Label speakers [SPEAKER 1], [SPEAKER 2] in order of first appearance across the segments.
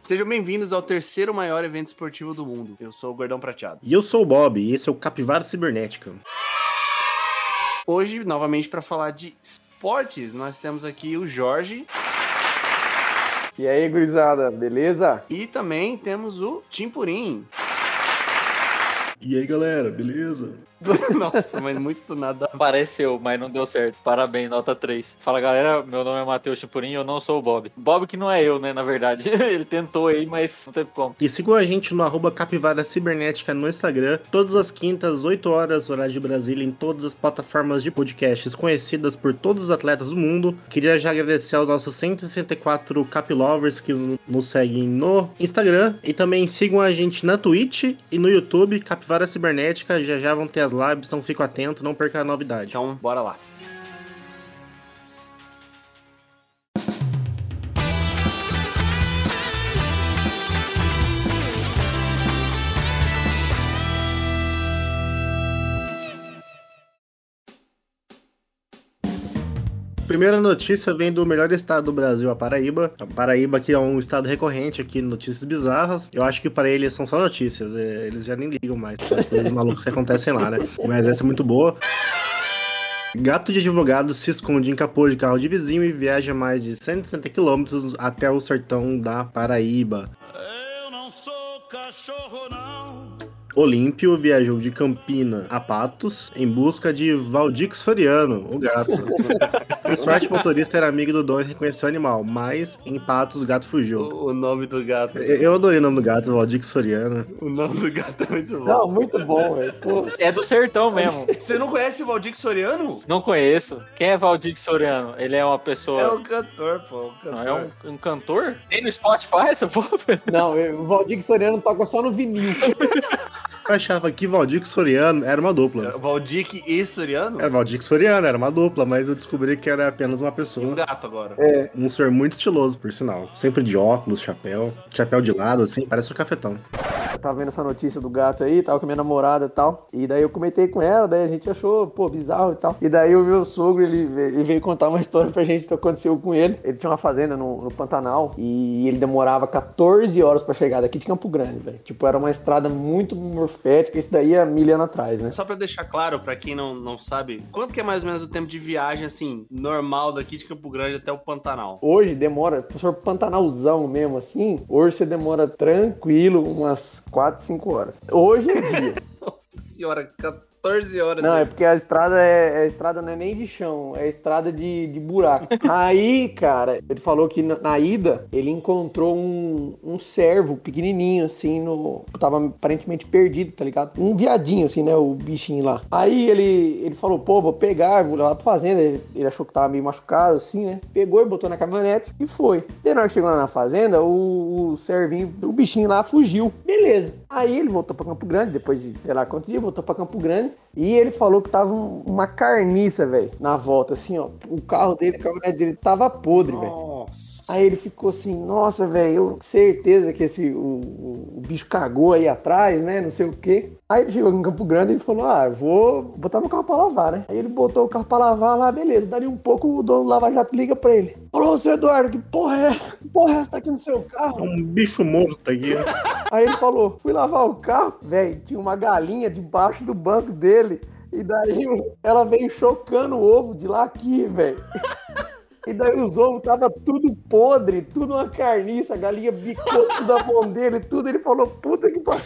[SPEAKER 1] Sejam bem-vindos ao terceiro maior evento esportivo do mundo. Eu sou o Gordão Prateado.
[SPEAKER 2] E eu sou o Bob, e esse é o Capivara Cibernética.
[SPEAKER 1] Hoje, novamente, para falar de esportes, nós temos aqui o Jorge
[SPEAKER 3] E aí, gurizada, beleza?
[SPEAKER 1] e também temos o Tim Purim.
[SPEAKER 2] E aí, galera, beleza?
[SPEAKER 1] Nossa, mas muito nada.
[SPEAKER 4] Apareceu, mas não deu certo. Parabéns, nota 3. Fala galera, meu nome é Matheus Chipurim e eu não sou o Bob. Bob que não é eu, né, na verdade. Ele tentou aí, mas não teve como.
[SPEAKER 2] E sigam a gente no arroba Capivara Cibernética no Instagram, todas as quintas, 8 horas, horário de Brasília, em todas as plataformas de podcasts conhecidas por todos os atletas do mundo. Queria já agradecer aos nossos 164 Capilovers que nos seguem no Instagram. E também sigam a gente na Twitch e no YouTube, Capivara Cibernética. Já já vão ter as lives, então fico atento, não perca a novidade.
[SPEAKER 1] Então, bora lá.
[SPEAKER 2] Primeira notícia vem do melhor estado do Brasil, a Paraíba. A Paraíba que é um estado recorrente aqui, notícias bizarras. Eu acho que para eles são só notícias, é, eles já nem ligam mais para as coisas malucas que acontecem lá, né? Mas essa é muito boa. Gato de advogado se esconde em capô de carro de vizinho e viaja mais de 160 quilômetros até o sertão da Paraíba.
[SPEAKER 5] Eu não sou cachorro, não.
[SPEAKER 2] Olímpio viajou de Campina a Patos em busca de Valdix Floriano, o gato. Por sorte, o motorista era amigo do dono e reconheceu o animal, mas em Patos o gato fugiu.
[SPEAKER 1] O, o nome do gato.
[SPEAKER 2] Eu eu adorei o nome do gato, Valdix Floriano.
[SPEAKER 1] O nome do gato é muito bom.
[SPEAKER 3] Não, muito bom, velho. Pô,
[SPEAKER 4] É do sertão mesmo.
[SPEAKER 1] Você não conhece o Valdir Soriano?
[SPEAKER 4] Não conheço. Quem é Valdir Soriano? Ele é uma pessoa.
[SPEAKER 1] É o cantor, pô. O cantor.
[SPEAKER 4] Não, é um, um cantor? Tem no Spotify essa porra?
[SPEAKER 3] Não, eu- o Valdir Soriano toca só no vinil.
[SPEAKER 2] Eu achava que Valdix Floriano era uma dupla.
[SPEAKER 1] Valdir e Soriano?
[SPEAKER 2] Era Valdix Floriano, era uma dupla, mas eu descobri que era apenas uma
[SPEAKER 1] E um
[SPEAKER 2] pessoa.
[SPEAKER 1] gato agora.
[SPEAKER 2] Um senhor muito estiloso, por sinal. Sempre de óculos, chapéu, chapéu de lado, assim, parece um cafetão.
[SPEAKER 3] Eu tava Tá vendo essa notícia do gato aí, tava com minha namorada e tal. E daí eu comentei com ela, daí a gente achou, pô, bizarro e tal. E daí o meu sogro, ele, ve- ele veio contar uma história pra gente que aconteceu com ele. Ele tinha uma fazenda no, no Pantanal e ele demorava 14 horas pra chegar daqui de Campo Grande, velho. Tipo, era uma estrada muito morfética, isso daí é mil anos atrás, né?
[SPEAKER 1] Só pra deixar claro, pra quem não, não sabe, quanto que é mais ou menos o tempo de viagem, assim, normal daqui de Campo Grande até o Pantanal?
[SPEAKER 3] Hoje demora, professor Pantanalzão mesmo assim, hoje você demora tranquilo umas 4, 5 horas. Hoje em dia.
[SPEAKER 1] Nossa senhora, 14 horas.
[SPEAKER 3] Não,
[SPEAKER 1] né?
[SPEAKER 3] é porque a estrada é, a estrada não é nem de chão, é estrada de, de buraco. Aí, cara, ele falou que na, na ida ele encontrou um, um servo pequenininho, assim, no. Tava aparentemente perdido, tá ligado? Um viadinho, assim, né? O bichinho lá. Aí ele, ele falou, pô, vou pegar, vou levar pra fazenda. Ele, ele achou que tava meio machucado, assim, né? Pegou e botou na caminhonete e foi. Daí na hora que chegou lá na fazenda, o, o servinho, o bichinho lá fugiu. Beleza. Aí ele voltou pra Campo Grande, depois de sei lá quantos dias, voltou pra Campo Grande. E ele falou que tava um- uma carniça, velho, na volta, assim, ó. O carro dele, a caminhonete dele tava podre, velho.
[SPEAKER 1] Nossa.
[SPEAKER 3] Aí ele ficou assim, nossa, velho, eu tenho certeza que esse o, o- o bicho cagou aí atrás, né? Não sei o quê. Aí ele chegou em Campo Grande e falou: Ah, eu vou botar meu carro pra lavar, né? Aí ele botou o carro pra lavar lá, beleza. Dali um pouco o dono do Lava Jato liga pra ele. Falou, seu Eduardo, que porra é essa? Que porra é essa que tá aqui no seu carro?
[SPEAKER 2] Um bicho morto aqui.
[SPEAKER 3] Aí ele falou: fui lavar o carro, velho, tinha uma galinha debaixo do banco dele. E daí o- ela veio chocando o ovo de lá aqui, velho. E daí os ovos tava tudo podre, tudo uma carniça, a galinha bicou tudo a mão dele, tudo. Ele falou, puta que pariu.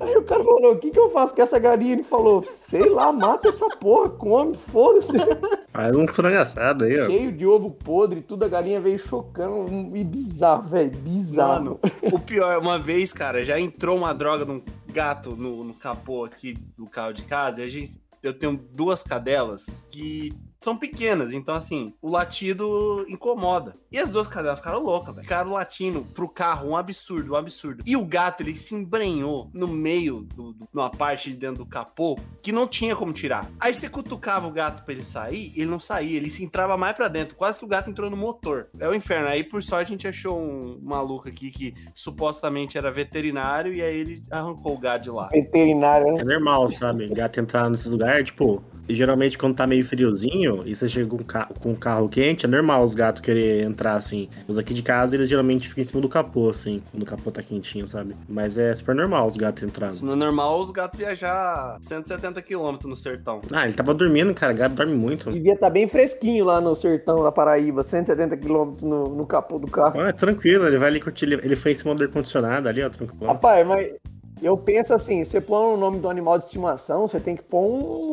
[SPEAKER 3] Aí o cara falou, o que que eu faço com essa galinha? Ele falou, sei lá, mata essa porra, come, foda-se. tá
[SPEAKER 2] Faz um frango assado aí, ó.
[SPEAKER 3] Cheio de ovo podre, tudo, a galinha veio chocando. E bizarro, velho, bizarro.
[SPEAKER 1] Mano, o pior, uma vez, cara, já entrou uma droga num gato no, no capô aqui do carro de casa, e a gente, eu tenho duas cadelas que são pequenas, então assim, o latido incomoda. E as duas cadelas ficaram loucas, velho. Ficaram latindo pro carro, um absurdo, um absurdo. E o gato, ele se embrenhou no meio, do, do- numa parte de dentro do capô, que não tinha como tirar. Aí você cutucava o gato pra ele sair, ele não saía, ele se entrava mais pra dentro. Quase que o gato entrou no motor. É o inferno. Aí, por sorte, a gente achou um maluco aqui que supostamente era veterinário e aí ele arrancou o gato de lá.
[SPEAKER 3] Veterinário, né?
[SPEAKER 2] É normal, sabe? Gato entrar nesses lugares, tipo, geralmente quando tá meio friozinho e você chega com, um ca- com o carro quente, é normal os gatos querer entrar assim. Os aqui de casa, eles geralmente ficam em cima do capô, assim, quando o capô tá quentinho, sabe? Mas é super normal os gatos entrarem.
[SPEAKER 1] Se não é normal, os gatos viajar 170 km no sertão.
[SPEAKER 2] Ah, ele tava dormindo, cara. Gato dorme muito.
[SPEAKER 3] Devia estar bem fresquinho lá no sertão da Paraíba, 170 km no, no capô do carro.
[SPEAKER 2] Ah, tranquilo, ele vai ali curtir. Ele ele foi em cima do ar-condicionado ali, ó, tranquilo.
[SPEAKER 3] Rapaz, mas eu penso assim, você põe o nome do animal de estimação, você tem que pôr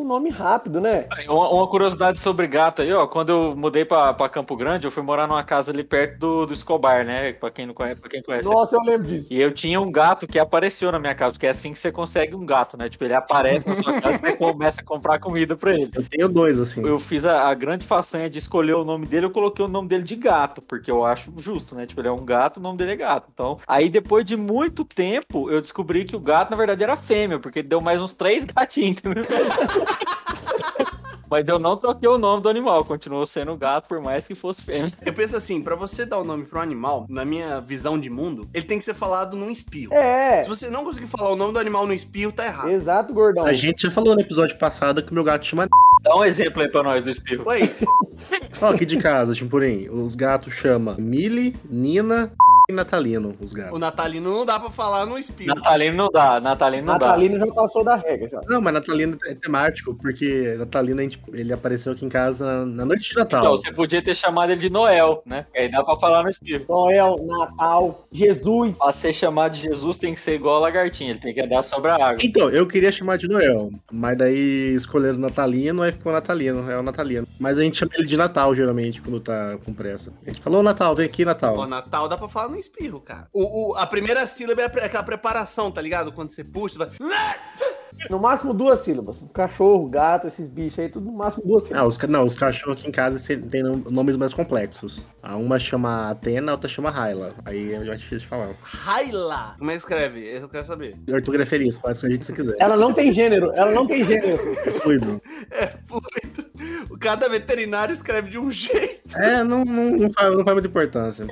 [SPEAKER 3] um nome rápido, né?
[SPEAKER 4] Uma, uma curiosidade sobre gato aí, ó. Quando eu mudei pra, pra Campo Grande, eu fui morar numa casa ali perto do, do Escobar, né? Pra quem não conhece, pra quem conhece.
[SPEAKER 3] Nossa, eu lembro disso.
[SPEAKER 4] E eu tinha um gato que apareceu na minha casa, porque é assim que você consegue um gato, né? Tipo, ele aparece na sua casa e você começa a comprar comida pra ele.
[SPEAKER 2] Eu tenho dois, assim.
[SPEAKER 4] Eu fiz a, a grande façanha de escolher o nome dele, eu coloquei o nome dele de gato, porque eu acho justo, né? Tipo, ele é um gato, o nome dele é gato. Então, aí depois de muito tempo, eu descobri que o gato, na verdade, era fêmea, porque deu mais uns três gatinhos, entendeu? Mas eu não troquei o nome do animal, continuou sendo gato, por mais que fosse fêmea.
[SPEAKER 1] Eu penso assim, pra você dar o nome pra um animal, na minha visão de mundo, ele tem que ser falado num espirro.
[SPEAKER 3] É,
[SPEAKER 1] Se você não conseguir falar o nome do animal no espirro, tá errado.
[SPEAKER 3] exato, gordão.
[SPEAKER 2] A gente já falou no episódio passado que o meu gato chama.
[SPEAKER 4] Dá um exemplo aí pra nós do espirro.
[SPEAKER 1] Ué,
[SPEAKER 2] Ó, aqui de casa, Timpurim. Os gatos chama Mili, Nina e Natalino, os
[SPEAKER 1] o
[SPEAKER 2] gatos.
[SPEAKER 1] Natalino não dá pra falar no espirro.
[SPEAKER 4] Natalino não dá, Natalino não dá.
[SPEAKER 3] Natalino já passou da regra, já.
[SPEAKER 2] Não, mas Natalino é temático, porque Natalino a gente- ele apareceu aqui em casa na noite de
[SPEAKER 4] Então,
[SPEAKER 2] Natal.
[SPEAKER 4] você podia ter chamado ele de Noel, né? Aí dá pra falar no espirro.
[SPEAKER 3] Noel, Natal, Jesus.
[SPEAKER 4] Pra ser chamado de Jesus tem que ser igual a lagartinha, ele tem que andar sobre a água.
[SPEAKER 2] Então, eu queria chamar de Noel, mas daí escolheram Natalino, aí ficou Natalino, é o Natalino. Mas a gente chama ele de Natal, geralmente, quando tá com pressa. A gente falou, "Ô, Natal, vem aqui,
[SPEAKER 1] Ó,
[SPEAKER 2] Natal.
[SPEAKER 1] Natal dá pra falar no espirro, cara. O, o- a primeira sílaba é a pre- aquela preparação, tá ligado? Quando você puxa, você vai... "Hum,
[SPEAKER 3] No máximo duas sílabas. Cachorro, gato, esses bichos aí, tudo no máximo duas sílabas.
[SPEAKER 2] Ah, os, ca- não, os cachorros aqui em casa se- tem nom- nomes mais complexos. A uma chama Atena, a outra chama Raila. Aí é mais difícil de falar.
[SPEAKER 1] Raila. Como é que escreve? Eu quero saber.
[SPEAKER 2] Ortografia é isso, pode escrever o jeito que você quiser.
[SPEAKER 3] Ela não tem gênero, ela não tem gênero.
[SPEAKER 2] Fluido.
[SPEAKER 1] É fluido. Cada veterinário escreve de um jeito.
[SPEAKER 2] É, não, não, não, faz, não faz muita importância.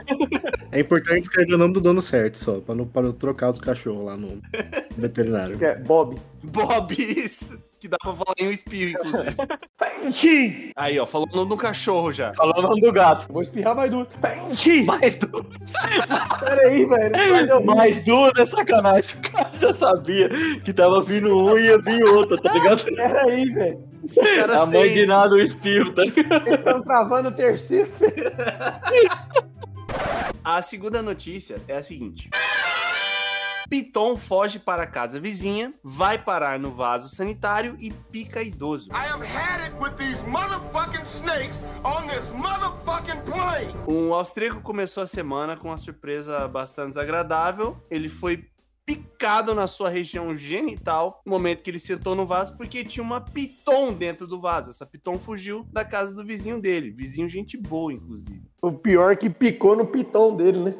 [SPEAKER 2] É importante escrever o nome do dono certo só, pra não, pra não trocar os cachorros lá no veterinário.
[SPEAKER 3] Que é Bob.
[SPEAKER 1] Bob, isso. Que dá pra falar em um espirro, inclusive. Aí, ó, falou o nome do cachorro já.
[SPEAKER 4] Falou o nome do gato.
[SPEAKER 3] Vou espirrar mais duas.
[SPEAKER 4] Mais duas.
[SPEAKER 3] Peraí, velho. Mas eu-
[SPEAKER 4] Mais duas é sacanagem. O cara já sabia que tava vindo um e ia vir outra, tá ligado?
[SPEAKER 3] Peraí, velho.
[SPEAKER 1] Era
[SPEAKER 4] A mãe de
[SPEAKER 1] seis.
[SPEAKER 4] nada o espirro, tá ligado?
[SPEAKER 3] Vocês estão travando o terceiro.
[SPEAKER 1] A segunda notícia é a seguinte. Piton foge para a casa vizinha, vai parar no vaso sanitário e pica idoso.
[SPEAKER 6] I have had it with these motherfucking snakes on this motherfucking plane.
[SPEAKER 1] Um austríaco começou a semana com uma surpresa bastante desagradável. Ele foi picado na sua região genital no momento que ele sentou no vaso, porque tinha uma piton dentro do vaso. Essa piton fugiu da casa do vizinho dele. Vizinho gente boa, inclusive.
[SPEAKER 3] O pior é que picou no pitão dele, né?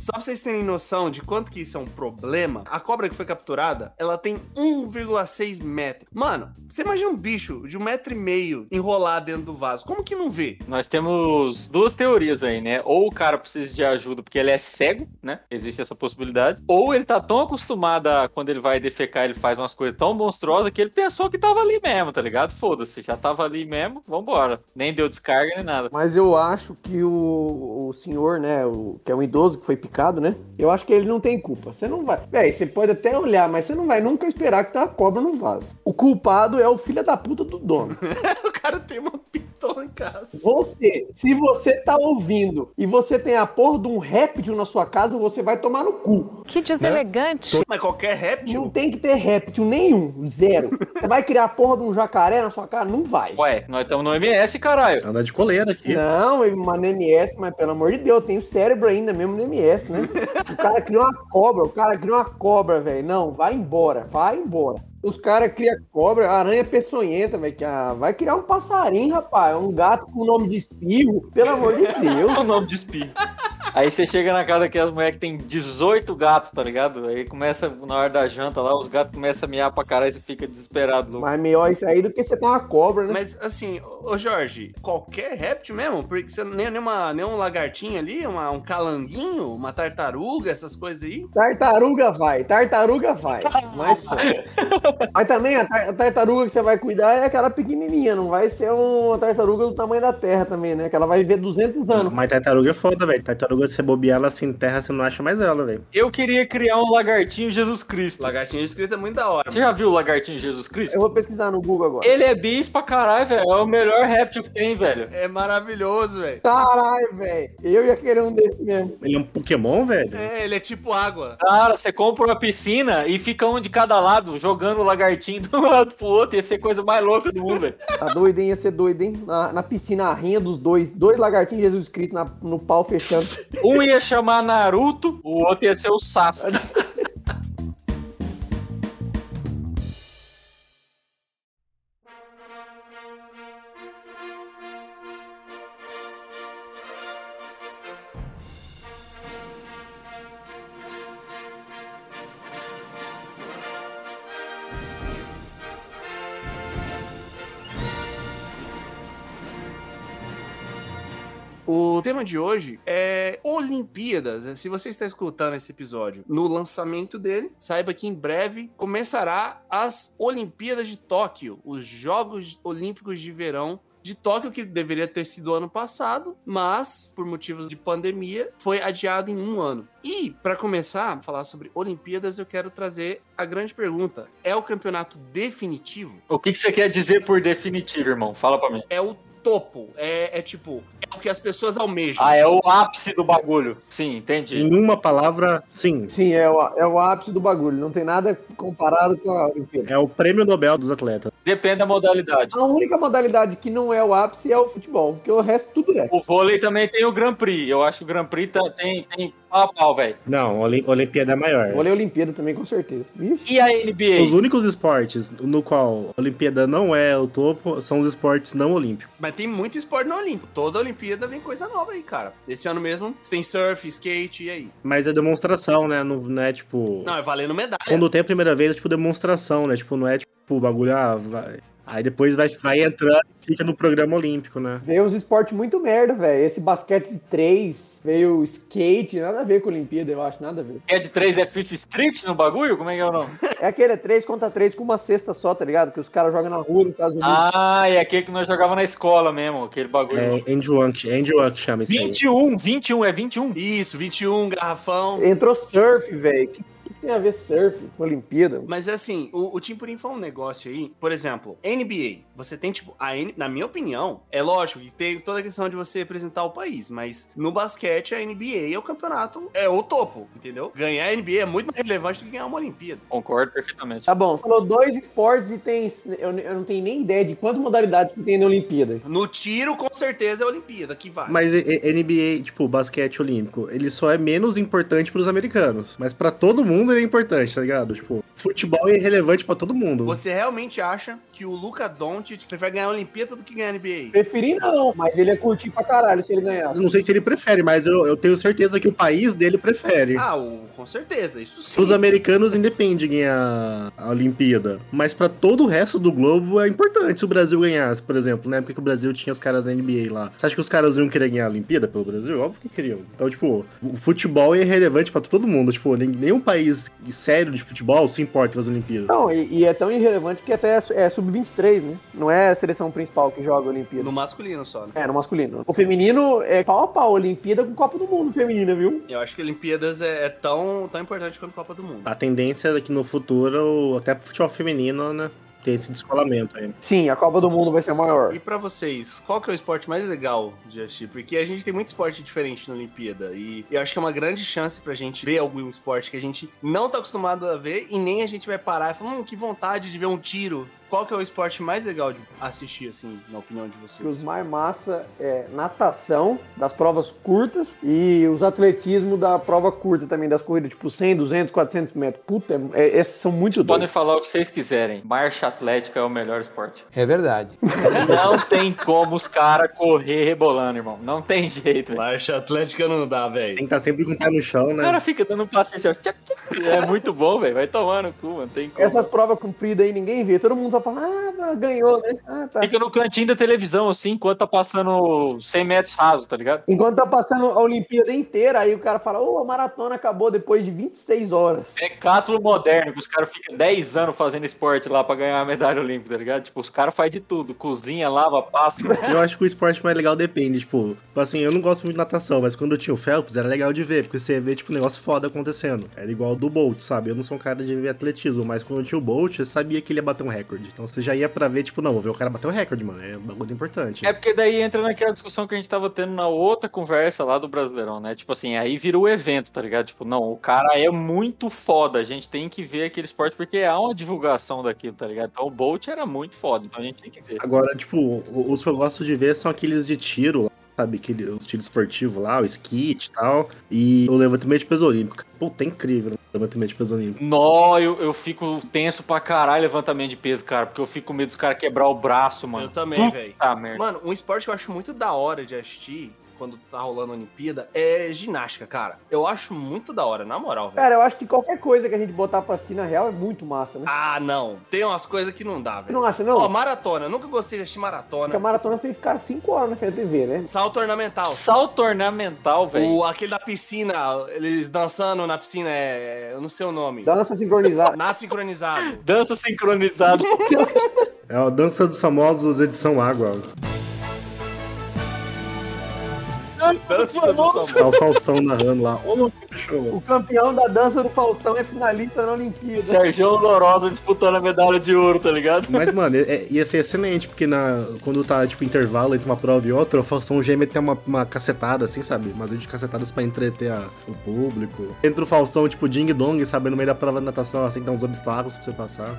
[SPEAKER 1] Só pra vocês terem noção de quanto que isso é um problema, a cobra que foi capturada, ela tem 1,6 metros. Mano, você imagina um bicho de um metro e meio enrolado dentro do vaso. Como que não vê?
[SPEAKER 4] Nós temos duas teorias aí, né? Ou o cara precisa de ajuda porque ele é cego, né? Existe essa possibilidade. Ou ele tá tão acostumado a quando ele vai defecar, ele faz umas coisas tão monstruosas que ele pensou que tava ali mesmo, tá ligado? Foda-se, já tava ali mesmo, vambora. Nem deu descarga nem nada.
[SPEAKER 3] Mas eu acho que o, o senhor, né, o, que é um idoso que foi picado, né? Eu acho que ele não tem culpa. Você não vai. Véi, você pode até olhar, mas você não vai nunca esperar que tá uma cobra no vaso. O culpado é o filho da puta do dono.
[SPEAKER 1] O cara tem uma piton em casa.
[SPEAKER 3] Você, se você tá ouvindo e você tem a porra de um réptil na sua casa, você vai tomar no cu.
[SPEAKER 7] Que deselegante.
[SPEAKER 1] Mas qualquer
[SPEAKER 3] Não
[SPEAKER 1] réptil...
[SPEAKER 3] tem que ter réptil nenhum, zero. Você vai criar a porra de um jacaré na sua casa? Não vai.
[SPEAKER 4] Ué, nós estamos no MS, caralho.
[SPEAKER 2] Andar é de coleira aqui.
[SPEAKER 3] Não, uma NMS, mas pelo amor de Deus, tem o cérebro ainda mesmo no MS, né? O cara criou uma cobra, o cara criou uma cobra, velho. Não, vai embora, vai embora. Os caras criam cobra, aranha é peçonhenta, velho. que, ah, vai criar um passarinho, rapaz. Um gato com nome de espirro, pelo amor de Deus.
[SPEAKER 4] O é nome de espirro. Aí você chega na casa daquelas mulheres que tem 18 gatos, tá ligado? Aí começa, na hora da janta lá, os gatos começam a miar pra caralho e você fica desesperado, louco.
[SPEAKER 3] Mas melhor isso aí do que você ter uma cobra, né?
[SPEAKER 1] Mas assim, ô ô, Jorge, qualquer réptil mesmo, porque você nem, nem, uma, nem um lagartinho ali, uma- um calanguinho, uma tartaruga, essas coisas aí.
[SPEAKER 3] Tartaruga vai, tartaruga vai. Mas só. Mas também a, tar- a tartaruga que você vai cuidar é aquela pequenininha, não vai ser uma tartaruga do tamanho da terra também, né? Que ela vai viver 200 anos.
[SPEAKER 2] Mas tartaruga é foda, velho. Tartaruga, se bobear, ela se enterra, você não acha mais ela, velho.
[SPEAKER 4] Eu queria criar um lagartinho Jesus Cristo.
[SPEAKER 1] Lagartinho escrito é muito da hora.
[SPEAKER 4] Você já viu o lagartinho Jesus Cristo?
[SPEAKER 3] Eu vou pesquisar no Google agora.
[SPEAKER 4] Ele é bis pra caralho, velho. É o melhor réptil que tem, velho.
[SPEAKER 1] É maravilhoso, velho.
[SPEAKER 3] Caralho, velho. Eu ia querer um desse mesmo.
[SPEAKER 2] Ele é um Pokémon, velho?
[SPEAKER 1] É, ele é tipo água.
[SPEAKER 4] Cara, você compra uma piscina e fica um de cada lado, jogando o lagartinho de um lado pro outro. Ia ser coisa mais louca do mundo, velho.
[SPEAKER 3] Tá doido, hein? Ia ser doido, hein? Na, na piscina, a rinha dos dois. Dois lagartinhos Jesus Cristo na- no pau fechando.
[SPEAKER 4] Um ia chamar Naruto, o outro ia ser o Sasuke.
[SPEAKER 1] O tema de hoje é Olimpíadas. né? Se você está escutando esse episódio no lançamento dele, saiba que em breve começará as Olimpíadas de Tóquio, os Jogos Olímpicos de Verão de Tóquio, que deveria ter sido ano passado, mas por motivos de pandemia foi adiado em um ano. E para começar a falar sobre Olimpíadas, eu quero trazer a grande pergunta: é o campeonato definitivo?
[SPEAKER 4] O que, que você quer dizer por definitivo, irmão? Fala pra mim.
[SPEAKER 1] é o topo. É, é tipo, é o que as pessoas almejam.
[SPEAKER 4] Ah, é o ápice do bagulho. Sim, entendi.
[SPEAKER 2] Em uma palavra, sim.
[SPEAKER 3] Sim, é o, é o ápice do bagulho. Não tem nada comparado com a Olimpíada.
[SPEAKER 2] É o prêmio Nobel dos atletas.
[SPEAKER 4] Depende da modalidade.
[SPEAKER 3] A única modalidade que não é o ápice é o futebol, porque o resto tudo é.
[SPEAKER 4] O vôlei também tem o Grand Prix. Eu acho que o Grand Prix tá- tem, tem pau a pau, velho.
[SPEAKER 2] Não, Olim- Olimpíada é maior.
[SPEAKER 3] Vôlei Olimpíada também, com certeza. Vixe.
[SPEAKER 4] E a
[SPEAKER 2] Os
[SPEAKER 4] NBA?
[SPEAKER 2] únicos esportes no qual a Olimpíada não é o topo são os esportes não olímpicos.
[SPEAKER 1] Mas tem muito esporte no Olímpico. Toda Olimpíada vem coisa nova aí, cara. Esse ano mesmo, você tem surf, skate, e aí?
[SPEAKER 2] Mas é demonstração, né? Não, não é tipo.
[SPEAKER 1] Não, é valendo medalha.
[SPEAKER 2] Quando tem a primeira vez, é tipo demonstração, né? Tipo, não é tipo bagulho. Ah, vai... Aí depois vai, vai entrando e fica no programa olímpico, né?
[SPEAKER 3] Veio os esportes muito merda, velho. Esse basquete de três, veio o skate, nada a ver com a Olimpíada, eu acho, nada a ver.
[SPEAKER 4] É de 3 é Fifth Street no bagulho? Como é que é o nome?
[SPEAKER 3] É aquele 3 contra 3 com uma cesta só, tá ligado? Que os caras jogam na rua nos Estados Unidos.
[SPEAKER 4] Ah, é aquele que nós jogava na escola mesmo, aquele bagulho.
[SPEAKER 2] É Endwalk, que chama isso aí.
[SPEAKER 4] 21, 21, é 21.
[SPEAKER 1] Isso, 21, garrafão.
[SPEAKER 3] Entrou surf, velho. O que, que tem a ver surf com a Olimpíada?
[SPEAKER 1] Mas é assim, o, o Timpurim foi um negócio aí. Por exemplo, NBA. Você tem, tipo, a N, na minha opinião, é lógico que tem toda a questão de você representar o país, mas no basquete, a NBA é o campeonato, é o topo, entendeu? Ganhar a NBA é muito mais relevante do que ganhar uma Olimpíada.
[SPEAKER 4] Concordo perfeitamente.
[SPEAKER 3] Tá bom, você falou dois esportes e tem. Eu, eu não tenho nem ideia de quantas modalidades que tem na Olimpíada.
[SPEAKER 1] No tiro, com certeza, é a Olimpíada que vai.
[SPEAKER 2] Mas e- e- NBA, tipo, basquete olímpico, ele só é menos importante pros americanos. Mas pra todo mundo ele é importante, tá ligado? Tipo, futebol é relevante pra todo mundo.
[SPEAKER 1] Você realmente acha que o Luca Doncic prefere ganhar a Olimpíada do que ganhar a NBA?
[SPEAKER 3] Preferi não, mas ele ia curtir pra caralho se ele ganhasse.
[SPEAKER 2] Eu Não sei se ele prefere, mas eu, eu tenho certeza que o país dele prefere.
[SPEAKER 1] Ah, o, com certeza, isso sim.
[SPEAKER 2] Os americanos independe de ganhar a Olimpíada, mas pra todo o resto do globo é importante se o Brasil ganhasse, por exemplo, na época que o Brasil tinha os caras da NBA lá. Você acha que os caras iam querer ganhar a Olimpíada pelo Brasil? Óbvio que queriam. Então, tipo, o futebol é relevante pra todo mundo. Tipo, nem- nenhum país sério de futebol se importa com as Olimpíadas.
[SPEAKER 3] Não, e, e é tão irrelevante que até é, su- é sub-23, né? Não é a seleção principal que joga a Olimpíada.
[SPEAKER 1] No masculino só, né?
[SPEAKER 3] É, no masculino. O feminino é pau a pau, Olimpíada com Copa do Mundo feminina, viu?
[SPEAKER 1] Eu acho que Olimpíadas é, é tão, tão importante quanto a Copa do Mundo.
[SPEAKER 2] A tendência é que no futuro, até pro futebol feminino, né, tem esse descolamento aí.
[SPEAKER 3] Sim, a Copa do Mundo vai ser maior.
[SPEAKER 1] E pra vocês, qual que é o esporte mais legal de assistir? Porque a gente tem muito esporte diferente na Olimpíada e eu acho que é uma grande chance pra gente ver algum esporte que a gente não tá acostumado a ver e nem a gente vai parar e falar, hum, que vontade de ver um tiro Qual que é o esporte mais legal de assistir, assim, na opinião de
[SPEAKER 3] que os
[SPEAKER 1] vocês?
[SPEAKER 3] mais massa é natação, das provas curtas, e os atletismo da prova curta também, das corridas, tipo 100, 200, 400 metros. Puta, é, é- esses são muito
[SPEAKER 4] Podem
[SPEAKER 3] doidos.
[SPEAKER 4] falar o que vocês quiserem. Marcha atlética é o melhor esporte.
[SPEAKER 8] É verdade.
[SPEAKER 4] Não tem como os caras correr rebolando, irmão. Não tem jeito, velho.
[SPEAKER 1] Marcha Atlética não dá,
[SPEAKER 2] Tem que
[SPEAKER 1] velho.
[SPEAKER 2] estar sempre com o pé no chão,
[SPEAKER 4] O
[SPEAKER 2] né?
[SPEAKER 4] cara fica dando um passe assim, ó. tchac, tchac. É muito bom, velho. Vai tomar no cu, mano. Tem como.
[SPEAKER 3] Essas provas compridas aí ninguém vê, todo mundo só fala, ah, ganhou, né? Ah, tá.
[SPEAKER 4] Fica no cantinho da televisão, assim, enquanto tá passando 100 metros raso, tá ligado?
[SPEAKER 3] Enquanto tá passando a Olimpíada inteira, aí o cara fala, ô, a maratona acabou depois de 26 horas.
[SPEAKER 4] Decátulo É moderno, que os caras ficam 10 anos fazendo esporte lá pra ganhar a medalha olímpica, tá ligado? Tipo, os caras fazem de tudo. Cozinha, lava, passa.
[SPEAKER 2] Eu acho que o esporte mais legal depende, tipo, tipo assim, eu não gosto muito de natação, mas quando eu tinha o Phelps era legal de ver, porque você vê, tipo, um negócio foda acontecendo. Era igual o do Bolt, sabe? Eu não sou um cara de ver atletismo, mas quando eu tinha o Bolt, você sabia que ele ia bater um recorde. Então você já ia pra ver, tipo, não, vou ver o cara bater um recorde, mano, é um bagulho importante.
[SPEAKER 4] É porque daí entra naquela discussão que a gente tava tendo na outra conversa lá do Brasileirão, né? Tipo assim, aí virou o evento, tá ligado? Tipo, não, o cara é muito foda, a gente tem que ver aquele esporte porque há uma divulgação daquilo, tá ligado? Então o Bolt era muito foda, então a gente tem que ver.
[SPEAKER 2] Agora, tipo, os que eu gosto de ver são aqueles de tiro, sabe? Aquele, os tiros esportivos lá, o skit e tal. E o levantamento de peso olímpico. Puta, é incrível o levantamento de peso olímpico.
[SPEAKER 4] Nó, eu, eu fico tenso pra caralho levantamento de peso, cara, porque eu fico com medo dos caras quebrar o braço,
[SPEAKER 1] Eu
[SPEAKER 4] mano.
[SPEAKER 1] também, velho.
[SPEAKER 4] Tá, merda.
[SPEAKER 1] Mano, um esporte que eu acho muito da hora de assistir quando tá rolando a Olimpíada é ginástica, cara. Eu acho muito da hora, na moral, velho.
[SPEAKER 3] Cara, eu acho que qualquer coisa que a gente botar pra assistir na real é muito massa, né?
[SPEAKER 1] Ah, não. Tem umas coisas que não dá,
[SPEAKER 3] Você
[SPEAKER 1] velho.
[SPEAKER 3] não acha, não?
[SPEAKER 1] Ó, maratona. Nunca gostei de assistir
[SPEAKER 3] Porque a
[SPEAKER 1] maratona.
[SPEAKER 3] maratona você tem que ficar 5 horas na frente da TV, né?
[SPEAKER 1] Salto ornamental.
[SPEAKER 4] Salto ornamental, velho.
[SPEAKER 1] O, aquele da piscina, eles dançando na piscina, é. Eu não sei o nome.
[SPEAKER 3] Dança sincronizada.
[SPEAKER 1] Nato sincronizado.
[SPEAKER 4] Dança sincronizada.
[SPEAKER 2] É a Dança dos Famosos, edição água.
[SPEAKER 1] Dança do
[SPEAKER 2] Tá o Faustão narrando lá. Ô, que show.
[SPEAKER 3] O campeão da dança do Faustão é finalista na Olimpíada.
[SPEAKER 4] Sérgio Lourosa disputando a medalha de ouro, tá ligado?
[SPEAKER 2] Mas, mano, é- ia ser excelente, porque na, quando tá, tipo, intervalo entre uma prova e outra, o Faustão gêmeo tem uma, uma cacetada, assim, sabe? Umas de cacetadas pra entreter a- o público. Entra o Faustão, tipo, ding-dong, sabe? No meio da prova de natação, assim, dá uns obstáculos pra você passar.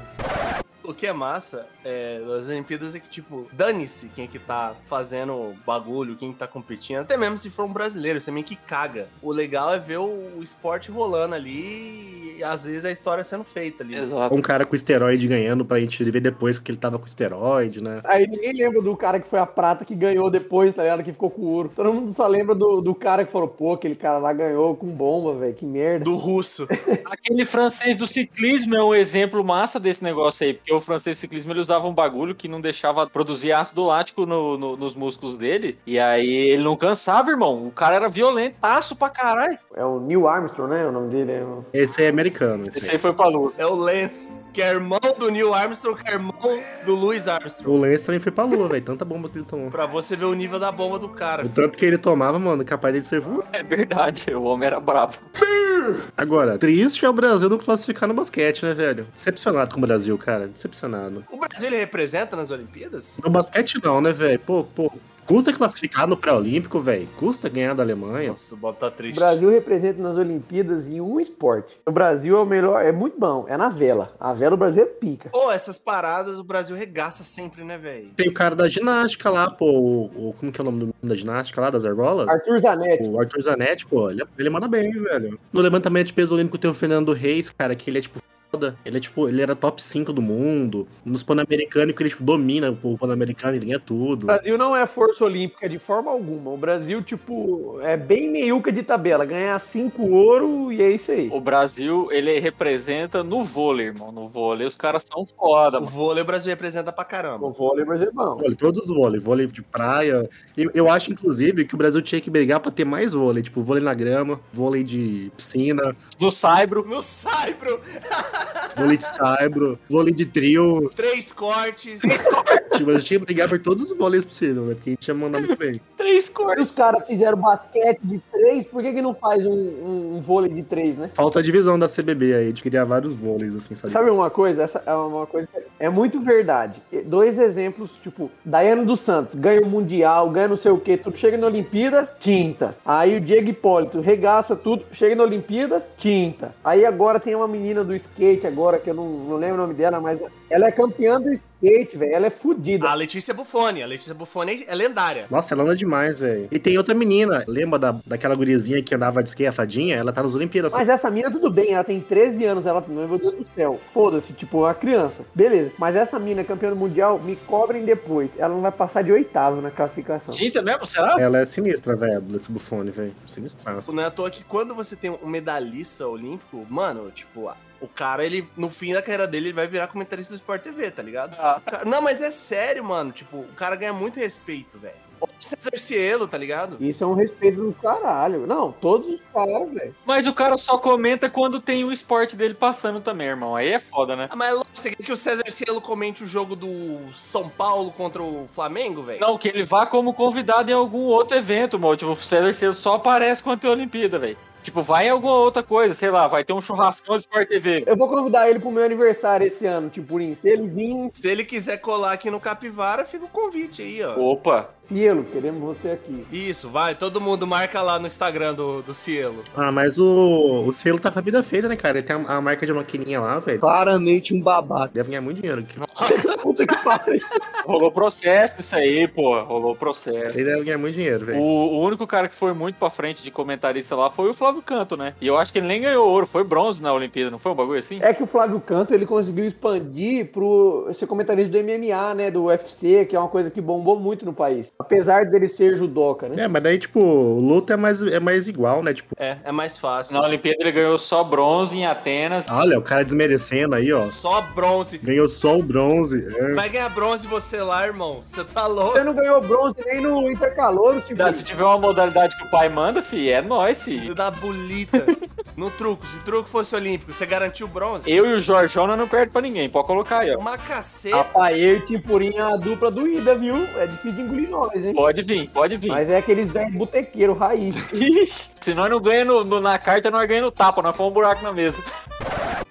[SPEAKER 1] O que é massa é, das Olimpíadas é que, tipo, dane-se quem que tá fazendo bagulho, quem que tá competindo. Até mesmo se for um brasileiro, você meio que caga. O legal é ver o, o esporte rolando ali e às vezes a história sendo feita ali. né?
[SPEAKER 4] Exato.
[SPEAKER 2] Um cara com esteroide ganhando pra gente ver depois que ele tava com esteroide, né?
[SPEAKER 3] Aí ninguém lembra do cara que foi a prata que ganhou depois, tá ligado? Que ficou com ouro. Todo mundo só lembra do, do cara que falou, pô, aquele cara lá ganhou com bomba, velho, que merda.
[SPEAKER 1] Do russo.
[SPEAKER 4] Aquele francês do ciclismo é um exemplo massa desse negócio aí, porque o francês do ciclismo ele usava um bagulho que não deixava produzir ácido lático no- no- nos músculos dele, e aí ele não cansava, irmão. O cara era violentaço pra caralho.
[SPEAKER 3] É o Neil Armstrong, né? O nome dele é. o-
[SPEAKER 2] Esse aí é americano, esse
[SPEAKER 4] Esse
[SPEAKER 2] aí.
[SPEAKER 4] aí foi pra luz.
[SPEAKER 1] É o Lance, que é irmão do Neil Armstrong, que é irmão do Louis Armstrong.
[SPEAKER 2] O Lance também foi pra lua, velho. Tanta bomba que ele tomou.
[SPEAKER 1] Pra você ver o nível da bomba do cara.
[SPEAKER 2] O tanto que ele tomava, mano, capaz dele ser. Uh,
[SPEAKER 4] É verdade, o homem era bravo.
[SPEAKER 2] Agora, triste é o Brasil não classificar no basquete, né, velho? Decepcionado com o Brasil, cara. Decepcionado.
[SPEAKER 1] O Brasil ele representa nas Olimpíadas?
[SPEAKER 2] No basquete não, né, velho? Pô, pô. Custa classificar no pré-olímpico, velho. Custa ganhar da Alemanha.
[SPEAKER 1] Nossa, o Bob tá
[SPEAKER 3] O
[SPEAKER 1] triste.
[SPEAKER 3] Brasil representa nas Olimpíadas em um esporte. O Brasil é o melhor, é muito bom, é na vela. A vela o Brasil é pica.
[SPEAKER 1] Ô, essas paradas o Brasil regaça sempre, né, velho?
[SPEAKER 2] Tem o cara da ginástica lá, pô. O, o- como que é o nome do menino da ginástica lá, das argolas?
[SPEAKER 3] Arthur Zanetti.
[SPEAKER 2] O Arthur Zanetti, pô, ele, ele manda bem, velho. No levantamento de peso olímpico tem o Fernando Reis, cara, que ele é tipo foda. Ele é tipo, ele era top 5 do mundo. Nos Pan-Americanos, que ele tipo, domina o Pan-Americano, ele ganha
[SPEAKER 3] O
[SPEAKER 2] tudo.
[SPEAKER 3] Brasil não é força olímpica de forma alguma. O Brasil, tipo, é bem meiuca de tabela. Ganhar cinco ouro e é isso aí.
[SPEAKER 4] O Brasil, ele representa no vôlei, irmão. No vôlei, os caras são foda,
[SPEAKER 1] O
[SPEAKER 4] mano.
[SPEAKER 1] vôlei o Brasil representa pra caramba.
[SPEAKER 3] O vôlei Brasil é bom.
[SPEAKER 2] Vôlei, todos os vôlei, vôlei de praia. Eu, eu acho, inclusive, que o Brasil tinha que brigar pra ter mais vôlei, tipo, vôlei na grama, vôlei de piscina,
[SPEAKER 4] No Saibro,
[SPEAKER 1] No Saibro,
[SPEAKER 2] vôlei de saibro, vôlei de trio.
[SPEAKER 1] três cortes.
[SPEAKER 2] Tipo, a gente tinha que brigar por todos os vôleis possíveis, né? Porque a gente ia mandar muito bem.
[SPEAKER 4] três
[SPEAKER 3] Se
[SPEAKER 4] cores.
[SPEAKER 3] os caras fizeram basquete de três, por que, que não faz um, um- um vôlei de três, né?
[SPEAKER 2] Falta a divisão da CBB aí, de criar vários vôleis, assim, sabe?
[SPEAKER 3] Sabe uma coisa? Essa é uma coisa que é muito verdade. Dois exemplos, tipo, Daiane dos Santos ganha o Mundial, ganha não sei o quê, tudo chega na Olimpíada, tinta. Aí o Diego Hipólito regaça tudo, chega na Olimpíada, tinta. Aí agora tem uma menina do skate agora, que eu não, não lembro o nome dela, mas ela é campeã do skate. Kate, velho, ela é fodida.
[SPEAKER 1] A Letícia Bufone. A Letícia Bufone é lendária.
[SPEAKER 2] Nossa, ela anda demais, velho. E tem outra menina, lembra da, daquela gurizinha que andava de skate, a fadinha? Ela tá nas Olimpíadas.
[SPEAKER 3] Mas essa mina, tudo bem, ela tem 13 anos, ela, meu Deus do céu, foda-se, tipo, é uma criança. Beleza, mas essa mina, campeã do mundial, me cobrem depois. Ela não vai passar de oitavo na classificação.
[SPEAKER 4] Gente, é mesmo? Será?
[SPEAKER 2] Ela é sinistra, velho, esse bufone, velho. Sinistraço.
[SPEAKER 1] Não é à toa que quando você tem um medalhista olímpico, mano, tipo, o cara, ele, no fim da carreira dele, ele vai virar comentarista do Sport TV, tá ligado? O ca- Não, mas é sério, mano. Tipo, o cara ganha muito respeito, velho. Olha o César Cielo, tá ligado?
[SPEAKER 3] Isso é um respeito do caralho. Não, todos os caras, velho.
[SPEAKER 4] Mas o cara só comenta quando tem o esporte dele passando também, irmão. Aí é foda, né?
[SPEAKER 1] Ah, mas é lógico você quer que o César Cielo comente o jogo do São Paulo contra o Flamengo, velho?
[SPEAKER 4] Não, que ele vá como convidado em algum outro evento, mano. Tipo, o César Cielo só aparece quando tem Olimpíada, velho. Tipo, vai em alguma outra coisa, sei lá, vai ter um churrascão do Sport TV.
[SPEAKER 3] Eu vou convidar ele pro meu aniversário esse ano, Timpurim. Se ele vir,
[SPEAKER 1] Se ele quiser colar aqui no Capivara, fica o convite aí, ó.
[SPEAKER 4] Opa,
[SPEAKER 3] Cielo, queremos você aqui.
[SPEAKER 1] Isso, vai. Todo mundo marca lá no Instagram do, do Cielo.
[SPEAKER 2] Ah, mas o, o selo tá com a vida feita, né, cara? Ele tem a, a marca de maquininha lá, velho.
[SPEAKER 9] Claramente um babaca.
[SPEAKER 2] Deve ganhar muito dinheiro. aqui.
[SPEAKER 3] Puta que pariu.
[SPEAKER 4] rolou processo isso aí, pô. Rolou processo.
[SPEAKER 2] Ele deve ganhar muito dinheiro,
[SPEAKER 4] O,
[SPEAKER 2] velho.
[SPEAKER 4] o único cara que foi muito pra frente de comentarista lá foi o Flávio Canto, né? E eu acho que ele nem ganhou ouro, foi bronze na Olimpíada, não foi um bagulho assim?
[SPEAKER 3] É que o Flávio Canto ele conseguiu expandir pro ser comentarista do MMA, né? Do UFC, que é uma coisa que bombou muito no país. Apesar dele ser judoca, né?
[SPEAKER 2] É, mas daí, tipo, luta é mais, é mais igual, né? Tipo,
[SPEAKER 1] É, é mais fácil.
[SPEAKER 4] Na Olimpíada ele ganhou só bronze em Atenas.
[SPEAKER 2] olha, o cara desmerecendo aí, ó.
[SPEAKER 1] Só bronze.
[SPEAKER 2] Ganhou só o bronze. É.
[SPEAKER 1] Vai ganhar bronze você lá, irmão. Você tá
[SPEAKER 3] Você
[SPEAKER 1] louco.
[SPEAKER 3] não ganhou bronze nem no Intercalouro,
[SPEAKER 4] Cuidado, Se
[SPEAKER 3] Timpurim.
[SPEAKER 4] tiver uma modalidade que o pai manda, fi, é nóis, fi.
[SPEAKER 1] Da bolita. No truco. Se o truco fosse olímpico, você garantiu bronze?
[SPEAKER 4] Eu e o Jorjão nós não perde pra ninguém, pode colocar aí, ó.
[SPEAKER 1] Uma caceta.
[SPEAKER 3] Rapaz, eu e Timpurim é a dupla do Ida, viu? É difícil de engolir nós, hein?
[SPEAKER 4] Pode vir, pode vir.
[SPEAKER 3] Mas é aqueles velhos botequeiros raiz.
[SPEAKER 4] Ixi, se nós não ganhamos na carta, nós ganhamos no tapa, nós fomos um buraco na mesa.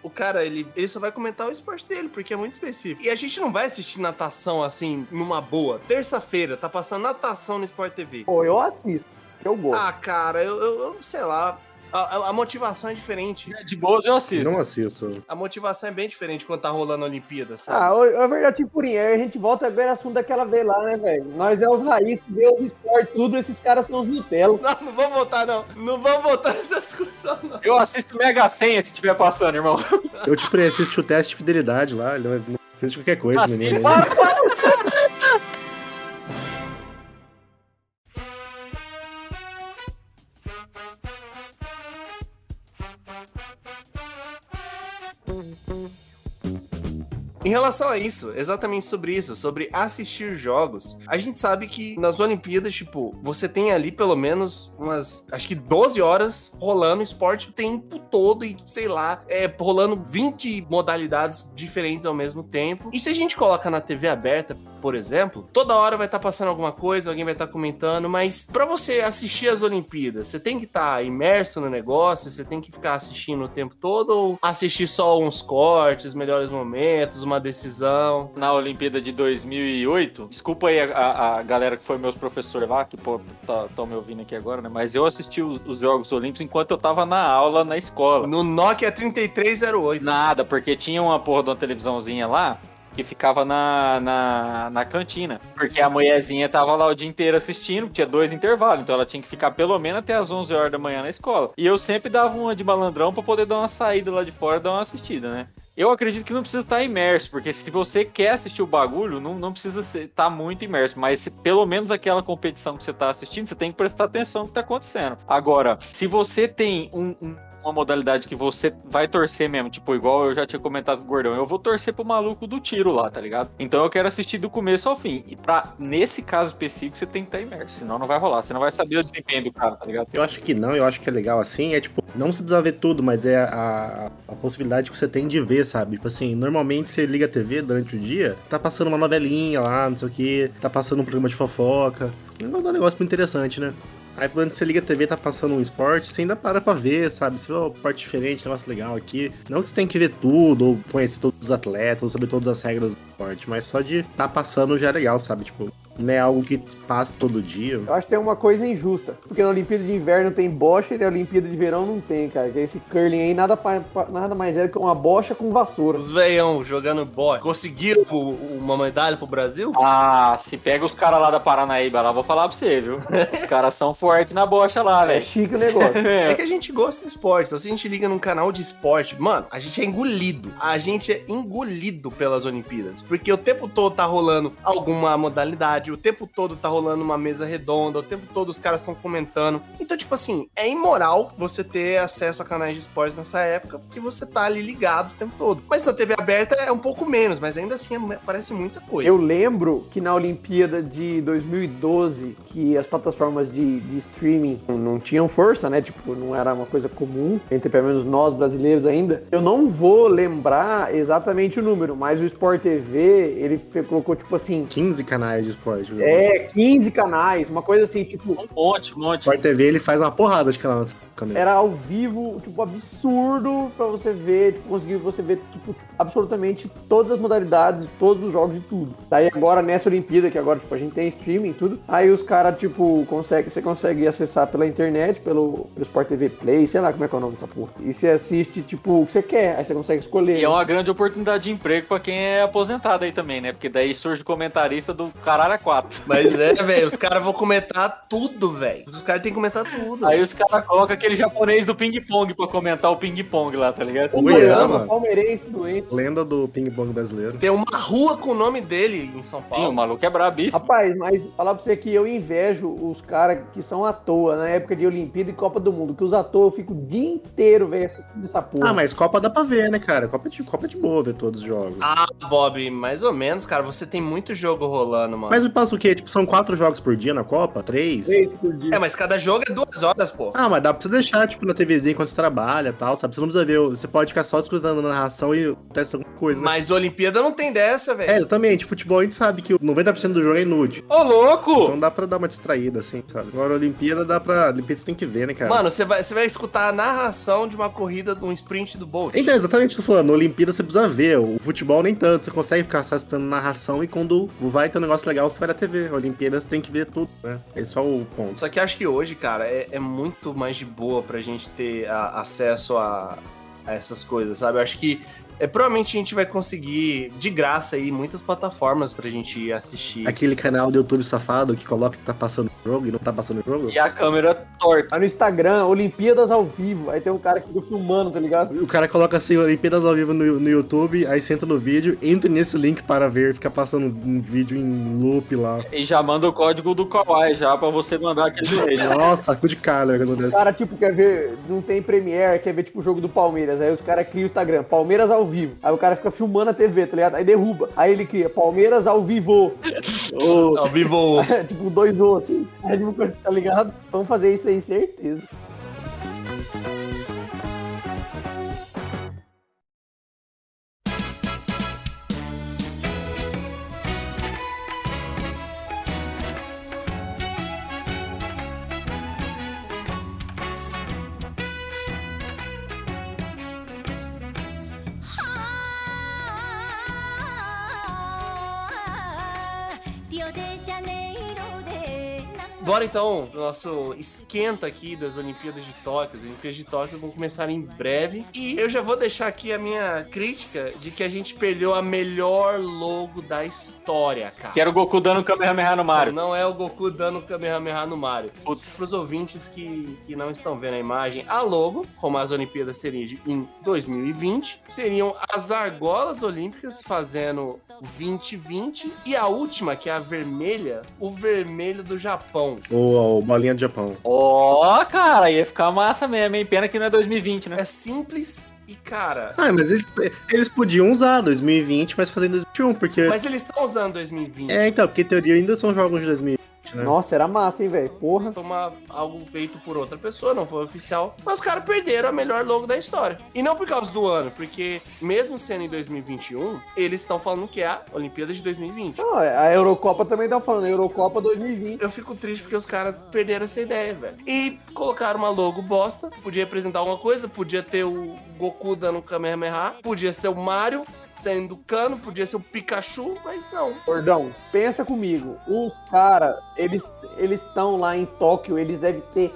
[SPEAKER 1] O cara, ele, ele só vai comentar o esporte dele, porque é muito específico. E a gente não vai assistir natação assim, numa boa. Terça-feira, tá passando natação no Sport TV.
[SPEAKER 3] Pô, eu assisto, que eu gosto.
[SPEAKER 1] Ah, cara, eu, eu, eu sei lá. A, a- a motivação é diferente.
[SPEAKER 4] De boas eu assisto.
[SPEAKER 2] Não assisto.
[SPEAKER 1] A motivação é bem diferente quando tá rolando a Olimpíada, sabe?
[SPEAKER 3] Ah, é verdade, Timpurinha. Aí a gente volta agora ao assunto daquela vez lá, né, velho? Nós é os raiz, que vê os esportes, tudo, esses caras são os Nutella.
[SPEAKER 1] Não, não vou voltar, não. Não vou voltar nessa discussão, não.
[SPEAKER 4] Eu assisto Mega Senha se estiver passando, irmão.
[SPEAKER 2] Eu te preciso o teste de fidelidade lá. Ele vai- não assiste qualquer coisa,
[SPEAKER 4] Assim,
[SPEAKER 2] menino.
[SPEAKER 1] Em relação a isso, exatamente sobre isso, sobre assistir jogos, a gente sabe que nas Olimpíadas, tipo, você tem ali pelo menos umas, acho que 12 horas rolando esporte o tempo todo e, sei lá, é, rolando 20 modalidades diferentes ao mesmo tempo. E se a gente coloca na TV aberta, por exemplo, toda hora vai estar passando alguma coisa, alguém vai estar comentando, mas pra você assistir as Olimpíadas, você tem que estar imerso no negócio, você tem que ficar assistindo o tempo todo ou assistir só uns cortes, melhores momentos, uma decisão?
[SPEAKER 4] Na Olimpíada de 2008, desculpa aí a, a- a galera que foi meus professores lá, que estão me ouvindo aqui agora, né? Mas eu assisti os, os Jogos Olímpicos enquanto eu tava na aula na escola.
[SPEAKER 1] No Nokia 3308.
[SPEAKER 4] Nada, porque tinha uma porra de uma televisãozinha lá que ficava na, na, na cantina. Porque a mulherzinha tava lá o dia inteiro assistindo, tinha dois intervalos, então ela tinha que ficar pelo menos até as 11 horas da manhã na escola. E eu sempre dava uma de malandrão pra poder dar uma saída lá de fora, dar uma assistida, né? Eu acredito que não precisa estar imerso, porque se você quer assistir o bagulho, não, não precisa ser- estar muito imerso. Mas se- pelo menos aquela competição que você está assistindo, você tem que prestar atenção no que está acontecendo. Agora, se você tem um- um- uma modalidade que você vai torcer mesmo, tipo, igual eu já tinha comentado com o Gordão, eu vou torcer pro maluco do tiro lá, tá ligado? Então eu quero assistir do começo ao fim. E pra, nesse caso específico, você tem que estar imerso, senão não vai rolar. Você não vai saber o desempenho do cara, tá ligado?
[SPEAKER 2] Eu acho que não, eu acho que é legal assim. É tipo, não se precisa ver tudo, mas é a, a possibilidade que você tem de ver, sabe? Tipo assim, normalmente você liga a TV durante o dia, tá passando uma novelinha lá, não sei o que, tá passando um programa de fofoca. Não dá um negócio muito interessante, né? Aí quando você liga a TV, tá passando um esporte, você ainda para pra ver, sabe? Você vê uma parte diferente, um negócio legal aqui. Não que você tem que ver tudo, ou conhecer todos os atletas, ou saber todas as regras do esporte, mas só de tá passando já é legal, sabe? Tipo, Não é algo que passa todo dia.
[SPEAKER 3] Eu acho que tem uma coisa injusta. Porque na Olimpíada de Inverno tem bocha e na Olimpíada de Verão não tem, cara. Que esse curling aí nada, pa- pa- nada mais é do que uma bocha com vassoura.
[SPEAKER 1] Os veião jogando bola. Conseguiram o- uma medalha pro Brasil?
[SPEAKER 4] Ah, se pega os caras lá da Paranaíba lá, vou falar pra você, viu? Os caras são fortes na bocha lá,
[SPEAKER 3] É
[SPEAKER 4] velho.
[SPEAKER 3] chique o negócio.
[SPEAKER 1] É que a gente gosta de esporte. Então, se a gente liga num canal de esporte, mano, a gente é engolido. A gente é engolido pelas Olimpíadas. Porque o tempo todo tá rolando alguma modalidade, o tempo todo tá rolando uma mesa redonda, o tempo todo os caras estão comentando. Então, tipo assim, é imoral você ter acesso a canais de esportes nessa época, porque você tá ali ligado o tempo todo. Mas na TV aberta é um pouco menos, mas ainda assim é- parece muita coisa.
[SPEAKER 3] Eu lembro que na Olimpíada de 2012, que as plataformas de, de streaming não- não tinham força, né? Tipo, não era uma coisa comum, entre pelo menos nós brasileiros ainda. Eu não vou lembrar exatamente o número, mas o Sport TV, ele fe- colocou, tipo assim,
[SPEAKER 2] 15 canais de esporte. né? velho.
[SPEAKER 3] é, 15 canais, uma coisa assim, tipo,
[SPEAKER 4] Um monte, um monte.
[SPEAKER 2] Sport TV ele faz uma porrada de canal. É.
[SPEAKER 3] era ao vivo, tipo, absurdo pra você ver, tipo, conseguir você ver, tipo, absolutamente todas as modalidades, todos os jogos de tudo. Daí agora nessa Olimpíada, que agora, tipo, a gente tem streaming e tudo, aí os caras, tipo, consegue, você consegue acessar pela internet, pelo, pelo Sport TV Play, sei lá como é que é o nome dessa porra. E você assiste, tipo, o que você quer, aí você consegue escolher.
[SPEAKER 4] E é uma grande oportunidade de emprego pra quem é aposentado aí também, né? Porque daí surge comentarista do caralho a quatro.
[SPEAKER 1] Mas é, velho, os caras vão comentar tudo, velho. Os caras têm que comentar tudo.
[SPEAKER 4] Aí os caras colocam aquele japonês do ping-pong pra comentar o ping-pong lá, tá ligado?
[SPEAKER 2] Ô,
[SPEAKER 3] Goiano,
[SPEAKER 2] Goiama,
[SPEAKER 3] palmeirense doente.
[SPEAKER 2] lenda do ping-pong brasileiro.
[SPEAKER 1] Tem uma rua com o nome dele em São
[SPEAKER 4] Sim, o
[SPEAKER 1] Paulo.
[SPEAKER 4] maluco é brabíssimo.
[SPEAKER 3] Rapaz, mas falar pra você que eu invejo os caras que são à toa na época de Olimpíada e Copa do Mundo, que os à toa eu fico o dia inteiro, velho, assistindo essa porra.
[SPEAKER 2] Ah, mas Copa dá pra ver, né, cara? Copa de, Copa é de boa ver todos os jogos.
[SPEAKER 1] Ah, Bob, mais ou menos, cara. Você tem muito jogo rolando, mano.
[SPEAKER 2] Mas me passa o quê? Tipo, são quatro jogos por dia na Copa? Três?
[SPEAKER 3] Três por dia.
[SPEAKER 1] É, mas cada jogo é duas horas, pô.
[SPEAKER 2] Ah, mas dá pra você deixar, tipo, na TVzinha enquanto você trabalha e tal, sabe? Você não precisa ver, o- você pode ficar só escutando a narração e acontece alguma coisa, né?
[SPEAKER 1] Mas Olimpíada não tem dessa,
[SPEAKER 2] É,
[SPEAKER 1] velho.
[SPEAKER 2] exatamente. Futebol a gente sabe que 90% do jogo é inútil.
[SPEAKER 4] Ô, louco!
[SPEAKER 2] Então dá pra dar uma distraída, assim, sabe? Agora a Olimpíada dá pra. Olimpíada você tem que ver, né, cara?
[SPEAKER 1] Mano, você vai, você vai escutar a narração de uma corrida, de um sprint do Bolt.
[SPEAKER 2] Então, exatamente o que eu tô falando. Olimpíada você precisa ver. O futebol nem tanto. Você consegue ficar só escutando narração e quando vai ter um negócio legal, você vai na TV. Olimpíada você tem que ver tudo, né? Esse é o ponto.
[SPEAKER 1] Só que acho que hoje, cara, é, é muito mais de boa pra gente ter a- acesso a, a essas coisas, sabe? Acho que é, provavelmente a gente vai conseguir, de graça aí, muitas plataformas pra gente assistir.
[SPEAKER 2] Aquele canal do YouTube safado que coloca que tá passando o jogo e não tá passando o jogo.
[SPEAKER 4] E a câmera torta.
[SPEAKER 3] Aí no Instagram, Olimpíadas ao vivo. Aí tem um cara que fica filmando, tá ligado?
[SPEAKER 2] O cara coloca assim, Olimpíadas ao vivo no, no YouTube, aí você entra no vídeo, entra nesse link para ver, fica passando um vídeo em loop lá.
[SPEAKER 4] E já manda o código do Kawaii já pra você mandar aquele e-mail.
[SPEAKER 2] Nossa, ficou de cara, né, quando
[SPEAKER 3] O
[SPEAKER 2] acontece.
[SPEAKER 3] cara, tipo, quer ver, não tem Premiere, quer ver, tipo, o jogo do Palmeiras. Aí os caras criam o Instagram, Palmeiras ao vivo. Aí o cara fica filmando a TV, tá ligado? Aí derruba. Aí ele cria, Palmeiras ao vivo.
[SPEAKER 1] Ao vivo.
[SPEAKER 3] tipo, dois ou assim. Aí, tipo, tá ligado? Vamos fazer isso aí, certeza.
[SPEAKER 1] Bora então pro nosso esquenta aqui das Olimpíadas de Tóquio. As Olimpíadas de Tóquio vão começar em breve. E eu já vou deixar aqui a minha crítica de que a gente perdeu a melhor logo da história, cara.
[SPEAKER 4] Quero o Goku dando um Kamehameha no Mario.
[SPEAKER 1] Não é o Goku dando Kamehameha no Mario.
[SPEAKER 4] Putz.
[SPEAKER 1] Para os ouvintes que, que não estão vendo a imagem, a logo, como as Olimpíadas seriam de- em 2020, seriam as argolas olímpicas fazendo 2020 e a última, que é a vermelha, o vermelho do Japão.
[SPEAKER 2] Ou, ou bolinha do Japão.
[SPEAKER 4] Ó, cara, ia ficar massa mesmo, hein? Pena que não é 2020, né?
[SPEAKER 1] É simples e, cara.
[SPEAKER 2] Ah, mas eles, eles podiam usar 2020, mas fazer em 2021, porque.
[SPEAKER 1] Mas eles estão usando 2020.
[SPEAKER 2] É, então, porque em teoria ainda são jogos de 2020, né?
[SPEAKER 3] Nossa, era massa, hein, velho? Porra.
[SPEAKER 1] Foi uma, algo feito por outra pessoa, não foi oficial. Mas os caras perderam a melhor logo da história. E não por causa do ano, porque mesmo sendo em 2021, eles estão falando que é a Olimpíada de 2020.
[SPEAKER 3] Não, a Eurocopa também tá falando, Eurocopa 2020.
[SPEAKER 1] Eu fico triste porque os caras perderam essa ideia, velho. E colocaram uma logo bosta. Podia representar alguma coisa, podia ter o Goku dando Kamehameha, podia ser o Mario. saindo do cano, podia ser o Pikachu, mas não.
[SPEAKER 3] Gordão, pensa comigo. Os caras, eles eles estão lá em Tóquio, eles devem ter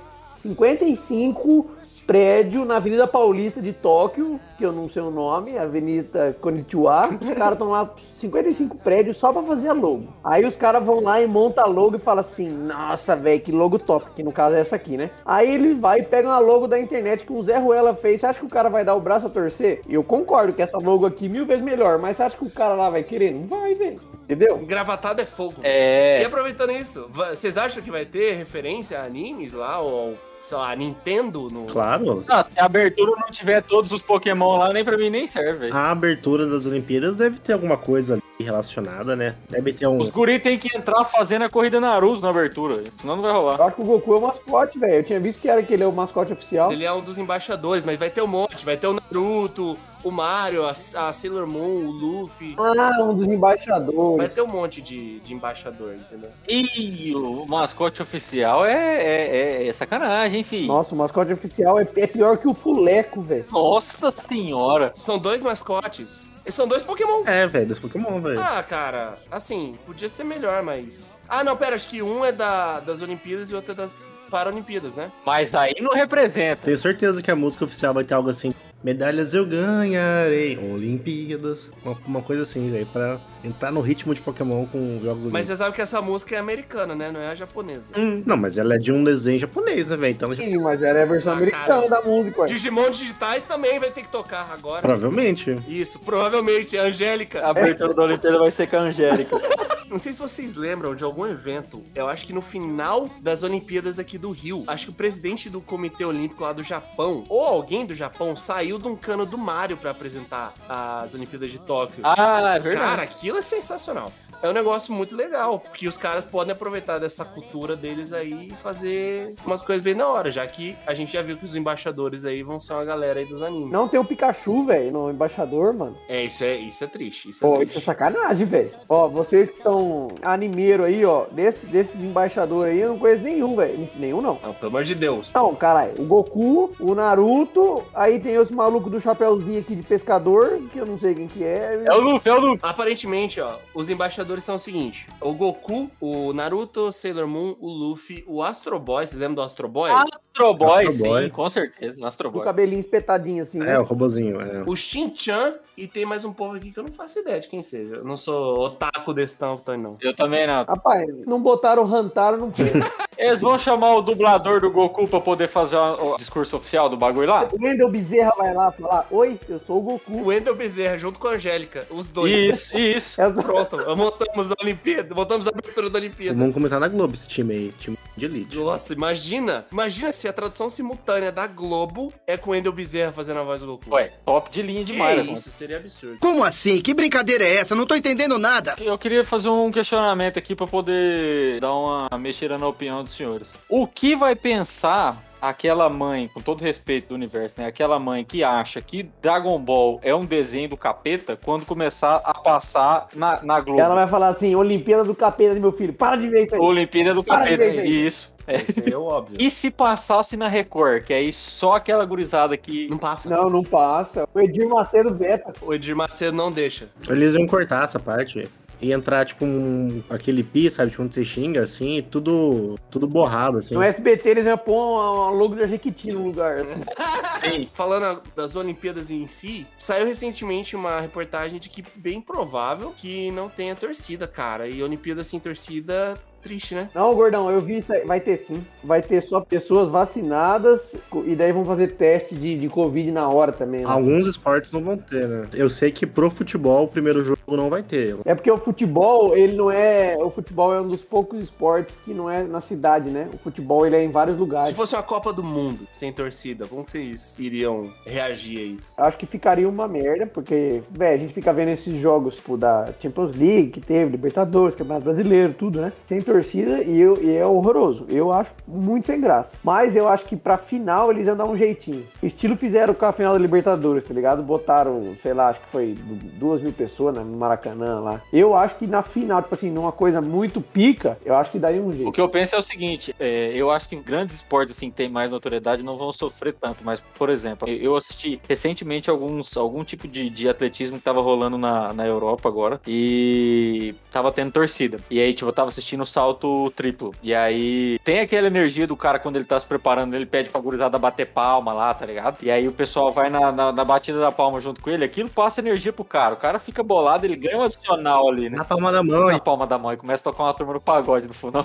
[SPEAKER 3] 55 prédios na Avenida Paulista de Tóquio, que eu não sei o nome, Avenida Konnichiwa. Os caras estão lá 55 prédios só pra fazer a logo. Aí os caras vão lá e montam a logo e falam assim: "Nossa, velho, que logo top", que no caso é essa aqui, né? Aí ele vai e pega uma logo da internet que um Zé Ruela fez. Você acha que o cara vai dar o braço a torcer? Eu concordo que essa logo aqui é mil vezes melhor, mas você acha que o cara lá vai querer? Não vai, velho. Entendeu?
[SPEAKER 1] Engravatado é fogo. E
[SPEAKER 4] É.
[SPEAKER 1] aproveitando isso, va- vocês acham que vai ter referência a animes lá, ou, sei lá, a Nintendo no...
[SPEAKER 2] Claro.
[SPEAKER 4] Não, se a abertura não tiver todos os Pokémon lá, nem pra mim nem serve. velho.
[SPEAKER 2] A abertura das Olimpíadas deve ter alguma coisa ali relacionada, né? Deve ter um.
[SPEAKER 4] Os guri tem que entrar fazendo a corrida Naruto na abertura, velho. senão não vai rolar.
[SPEAKER 3] Eu acho que o Goku é o mascote, velho. Eu tinha visto que era que ele é o mascote oficial.
[SPEAKER 1] Ele é um dos embaixadores, mas vai ter um monte. Vai ter o Naruto, o Mario, a, a Sailor Moon, o Luffy.
[SPEAKER 3] Ah, um dos
[SPEAKER 1] Vai
[SPEAKER 3] embaixadores.
[SPEAKER 1] ter um monte de, de embaixador, entendeu?
[SPEAKER 4] Ih, o mascote oficial é, é, é- é sacanagem, hein, filho.
[SPEAKER 3] Nossa, o mascote oficial é, é pior que o Fuleco, velho.
[SPEAKER 4] Nossa senhora.
[SPEAKER 1] São dois mascotes. Eles são dois Pokémon.
[SPEAKER 2] É, velho, dos Pokémon, velho.
[SPEAKER 1] Ah, cara, assim, podia ser melhor, mas. Ah, não, pera, acho que um é da, das Olimpíadas e outro é das Paralimpíadas, né?
[SPEAKER 4] Mas aí não representa.
[SPEAKER 2] Tenho certeza que a música oficial vai ter algo assim. Medalhas eu ganharei, Olimpíadas. Uma, uma coisa assim, velho, pra entrar no ritmo de Pokémon com
[SPEAKER 1] Mas
[SPEAKER 2] jogos olímpicos.
[SPEAKER 1] você sabe que essa música é americana, né? Não é a japonesa.
[SPEAKER 2] Não, mas ela é de um desenho japonês, né, velho? Então ela já-
[SPEAKER 3] Sim, mas era a versão
[SPEAKER 1] Ah, cara.
[SPEAKER 3] americana da música, ué.
[SPEAKER 1] Digimon digitais também vai ter que tocar agora.
[SPEAKER 2] provavelmente.
[SPEAKER 1] Isso, provavelmente, a Angélica.
[SPEAKER 4] A
[SPEAKER 3] Ah.
[SPEAKER 4] abertura da Olimpíada vai ser com a Angélica.
[SPEAKER 1] Não sei se vocês lembram de algum evento, eu acho que no final das Olimpíadas aqui do Rio, acho que o presidente do Comitê Olímpico lá do Japão, ou alguém do Japão, saiu de um cano do Mario pra apresentar as Olimpíadas de Tóquio.
[SPEAKER 4] Ah, é verdade.
[SPEAKER 1] Cara, aquilo é sensacional. É um negócio muito legal, porque os caras podem aproveitar dessa cultura deles aí e fazer umas coisas bem na hora, já que a gente já viu que os embaixadores aí vão ser uma galera aí dos animes.
[SPEAKER 3] Não tem o Pikachu, velho, no embaixador, mano.
[SPEAKER 1] É, isso é, isso é triste. Isso é
[SPEAKER 3] Pô,
[SPEAKER 1] triste.
[SPEAKER 3] isso é sacanagem, velho. Ó, vocês que são animeiro aí, ó, desse, desses embaixadores aí, eu não conheço nenhum, velho. Nenhum não.
[SPEAKER 1] Não, pelo amor de Deus.
[SPEAKER 3] Não, caralho, o Goku, o Naruto, aí tem os malucos do chapéuzinho aqui de pescador, que eu não sei quem que é.
[SPEAKER 4] É o Luffy, é o Luffy.
[SPEAKER 1] Aparentemente, ó, os embaixadores são o seguinte: o Goku, o Naruto, o Sailor Moon, o Luffy, o Astro Boy, vocês lembram do Astro Boy?
[SPEAKER 4] Ah. Astro Boy,
[SPEAKER 2] Astro Boy.
[SPEAKER 4] sim, com certeza. Astro
[SPEAKER 3] Do
[SPEAKER 4] Boy.
[SPEAKER 3] cabelinho espetadinho assim, né?
[SPEAKER 2] É, o robozinho, é.
[SPEAKER 1] O Shin-Chan e tem mais um povo aqui que eu não faço ideia de quem seja. Eu não sou otaku desse tanto, não.
[SPEAKER 4] Eu também não.
[SPEAKER 3] Rapaz, não botaram o Hantaro no preço.
[SPEAKER 4] Eles vão chamar o dublador do Goku pra poder fazer o o discurso oficial do bagulho lá?
[SPEAKER 3] O Wendel Bezerra vai lá falar: Oi, eu sou o
[SPEAKER 1] O
[SPEAKER 3] Goku.
[SPEAKER 1] Wendel Bezerra junto com a Angélica, os dois.
[SPEAKER 4] Isso, isso.
[SPEAKER 3] Essa-
[SPEAKER 1] Pronto, montamos a Olimpíada, montamos a abertura da Olimpíada.
[SPEAKER 2] Vamos comentar na Globo esse time aí, time de elite.
[SPEAKER 1] Nossa, imagina! Imagina se a tradução simultânea da Globo é com o Wendel Bezerra fazendo a voz do Goku.
[SPEAKER 4] Ué, top de linha
[SPEAKER 1] que
[SPEAKER 4] demais. né,
[SPEAKER 1] isso, seria absurdo.
[SPEAKER 9] Como assim? Que brincadeira é essa? Não tô entendendo nada.
[SPEAKER 4] Eu queria fazer um questionamento aqui pra poder dar uma mexida na opinião dos senhores. O que vai pensar aquela mãe, com todo respeito do universo, né? Aquela mãe que acha que Dragon Ball é um desenho do capeta quando começar a passar na, na Globo.
[SPEAKER 3] Ela vai falar assim: Olimpíada do capeta, meu filho, para de ver isso aí.
[SPEAKER 4] Olimpíada do
[SPEAKER 3] Para de
[SPEAKER 4] capeta.
[SPEAKER 3] ser
[SPEAKER 4] Isso. É.
[SPEAKER 1] Isso aí é óbvio.
[SPEAKER 4] E se passasse na Record, que aí só aquela gurizada que.
[SPEAKER 1] Não passa.
[SPEAKER 3] Não, não passa. O Edir Macedo veta.
[SPEAKER 1] O Edir Macedo não deixa.
[SPEAKER 2] Eles iam cortar essa parte e entrar, tipo, um, aquele pi, sabe? Tipo, onde você xinga, assim, e tudo, tudo borrado, assim.
[SPEAKER 3] No SBT eles já põem uma logo de Jequiti no lugar.
[SPEAKER 4] Sim.
[SPEAKER 1] Falando a- das Olimpíadas em si, saiu recentemente uma reportagem de que bem provável que não tenha torcida, cara. E Olimpíada sem torcida, triste, né?
[SPEAKER 3] Não, gordão, eu vi isso aí. Vai ter sim. Vai ter só pessoas vacinadas e daí vão fazer teste de, de Covid na hora também. né?
[SPEAKER 2] Alguns esportes não vão ter, né? Eu sei que pro futebol o primeiro jogo não vai ter.
[SPEAKER 3] É porque o futebol, ele não é. O futebol é um dos poucos esportes que não é na cidade, né? O futebol ele é em vários lugares.
[SPEAKER 1] Se fosse uma Copa do Mundo sem torcida, como que vocês iriam reagir a isso?
[SPEAKER 3] Acho que ficaria uma merda, porque, velho, a gente fica vendo esses jogos, tipo, da Champions League, que teve, Libertadores, Campeonato Brasileiro, tudo, né? Sem torcida e, eu, e é horroroso. Eu acho muito sem graça. Mas eu acho que pra final eles iam dar um jeitinho. Estilo fizeram com a final da Libertadores, tá ligado? Botaram, sei lá, acho que foi duas mil pessoas né, no Maracanã lá. Eu acho que na final, tipo assim, numa coisa muito pica, eu acho que daria um jeito.
[SPEAKER 4] O que eu penso é o seguinte, é, eu acho que grandes esportes assim que tem mais notoriedade não vão sofrer tanto, mas por exemplo, eu assisti recentemente alguns algum tipo de, de atletismo que tava rolando na, na Europa agora e tava tendo torcida. E aí, tipo, eu tava assistindo o salto triplo. E aí tem aquela energia do cara quando ele tá se preparando, ele pede pra gurizada bater palma lá, tá ligado? E aí o pessoal vai na, na, na batida da palma junto com ele, aquilo passa energia pro cara. O cara fica bolado, ele ganha um adicional ali, né?
[SPEAKER 2] Na palma da mão,
[SPEAKER 4] Na palma da mão e começa a tocar uma turma no pagode no fundão.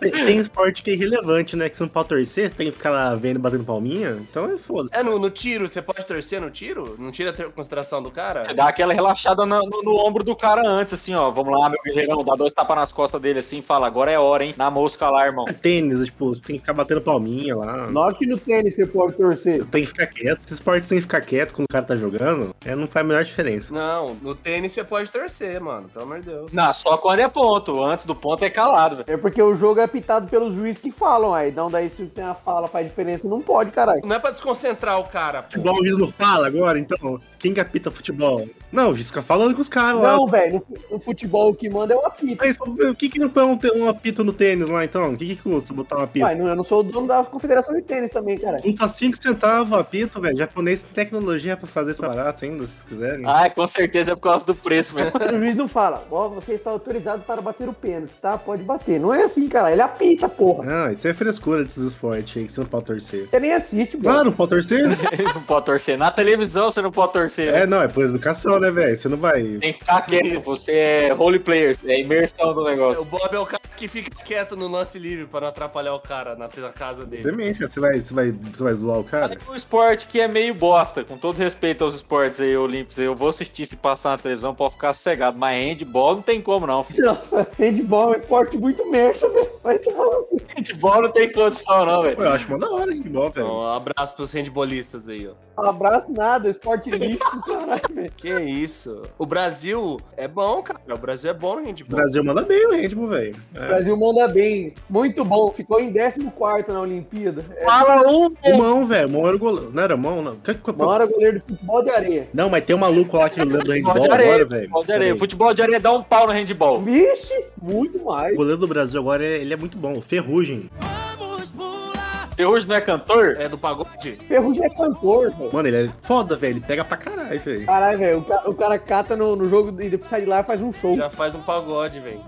[SPEAKER 2] Tem, tem esporte que é irrelevante, né? Que você não pode torcer, você tem que ficar lá vendo, batendo palminha. Então é foda-se.
[SPEAKER 1] É, no, no tiro, você pode torcer no tiro? Não tira a te- consideração do cara?
[SPEAKER 4] Você dá aquela relaxada na- no, no ombro do cara antes, assim, ó. Vamos lá, meu guerreirão. Dá dois tapas nas costas dele, assim, e fala, agora é hora, hein? Na mosca lá, irmão.
[SPEAKER 2] É Tênis, tipo, você tem que ficar batendo palminha lá.
[SPEAKER 3] Lógico que no tênis você pode torcer.
[SPEAKER 2] Tem que ficar quieto. Esses esportes tem que ficar quieto quando o cara tá jogando, é, não faz a menor diferença.
[SPEAKER 1] Não, no tênis você pode torcer, mano. Pelo amor de Deus.
[SPEAKER 4] Não, só quando é ponto. Antes do ponto é calado, velho.
[SPEAKER 3] É porque o jogo é pitado pelos juízes que falam aí. Então daí se tem a fala, faz diferença, não pode, caralho.
[SPEAKER 1] Não é pra desconcentrar o cara, pô.
[SPEAKER 2] Futebol, o juiz não fala agora, então. Quem capita futebol? Não, o juiz fica falando com os caras lá.
[SPEAKER 3] Não, velho, no fu- no futebol o que manda é o apito.
[SPEAKER 2] Mas o que que não põe um, te- um apito no tênis lá, então? O que que custa botar um apito?
[SPEAKER 3] Uai, não- eu não sou o dono da confederação de tênis também, cara.
[SPEAKER 2] Custa 5 centavos o apito, velho. Japonês tem tecnologia pra fazer isso barato ainda, se quiserem.
[SPEAKER 4] Ah, com certeza é por causa do preço mesmo.
[SPEAKER 3] O juiz não fala, ó, você está autorizado para bater o pênalti, tá? Pode bater. Não é assim, cara. Ele apita, porra.
[SPEAKER 2] Não, isso é frescura desses esportes aí, que você não pode torcer.
[SPEAKER 4] É
[SPEAKER 3] Você nem assiste,
[SPEAKER 2] Claro,
[SPEAKER 3] mano.
[SPEAKER 2] não pode torcer?
[SPEAKER 4] não pode torcer. Na televisão você não pode torcer. né?
[SPEAKER 2] É, não, é por educação, né, velho? Você não vai.
[SPEAKER 4] Tem que ficar quieto. Você é role player. É imersão do
[SPEAKER 1] O
[SPEAKER 4] negócio.
[SPEAKER 1] Bob é o cara que fica quieto no lance livre pra não atrapalhar o cara na, na casa dele.
[SPEAKER 2] Demente, cara. Você vai, você, vai, você vai zoar o cara?
[SPEAKER 4] Um esporte que é meio bosta, com todo respeito aos esportes aí, olímpicos, aí, eu vou assistir se passar na televisão, pode ficar sossegado, mas handball não tem como não, filho.
[SPEAKER 3] Nossa, handball é um esporte muito merda, velho. Vai tomar no cu.
[SPEAKER 4] Handball não tem condição não, velho.
[SPEAKER 2] Pô, eu acho mó da hora, hein, bom, velho.
[SPEAKER 1] Então, um abraço pros handbolistas aí, ó.
[SPEAKER 3] Um abraço, nada. Esporte lixo, do caralho, velho.
[SPEAKER 1] Que isso? O Brasil é bom, cara. O Brasil é bom no
[SPEAKER 2] O
[SPEAKER 1] handball.
[SPEAKER 2] Brasil manda bem no handball, velho.
[SPEAKER 3] O
[SPEAKER 2] É.
[SPEAKER 3] Brasil manda bem. Muito bom. Ficou em 14 na Olimpíada. É,
[SPEAKER 4] Fala um
[SPEAKER 2] O Mão, velho. Mão era o goleiro. Não era mão, não. Que- que-
[SPEAKER 3] uma hora goleiro de futebol de areia.
[SPEAKER 2] Não, mas tem um maluco lá que não lembra do
[SPEAKER 4] Futebol
[SPEAKER 2] handball
[SPEAKER 4] de areia,
[SPEAKER 2] agora, velho.
[SPEAKER 4] futebol de areia.
[SPEAKER 2] Peraí.
[SPEAKER 4] Futebol de areia dá um pau no handball.
[SPEAKER 3] Vixe, muito
[SPEAKER 2] O
[SPEAKER 3] mais.
[SPEAKER 2] goleiro do Brasil agora, é- ele é muito bom. Ferrugem.
[SPEAKER 4] Ferrugem não é cantor?
[SPEAKER 1] É do pagode?
[SPEAKER 3] Ferrugem é cantor, velho.
[SPEAKER 2] Mano, ele é foda, velho. Ele pega pra caralho, velho.
[SPEAKER 3] Caralho, velho. O, ca- o cara cata no, no jogo e depois sai de lá e faz um show.
[SPEAKER 1] Já faz um pagode, velho.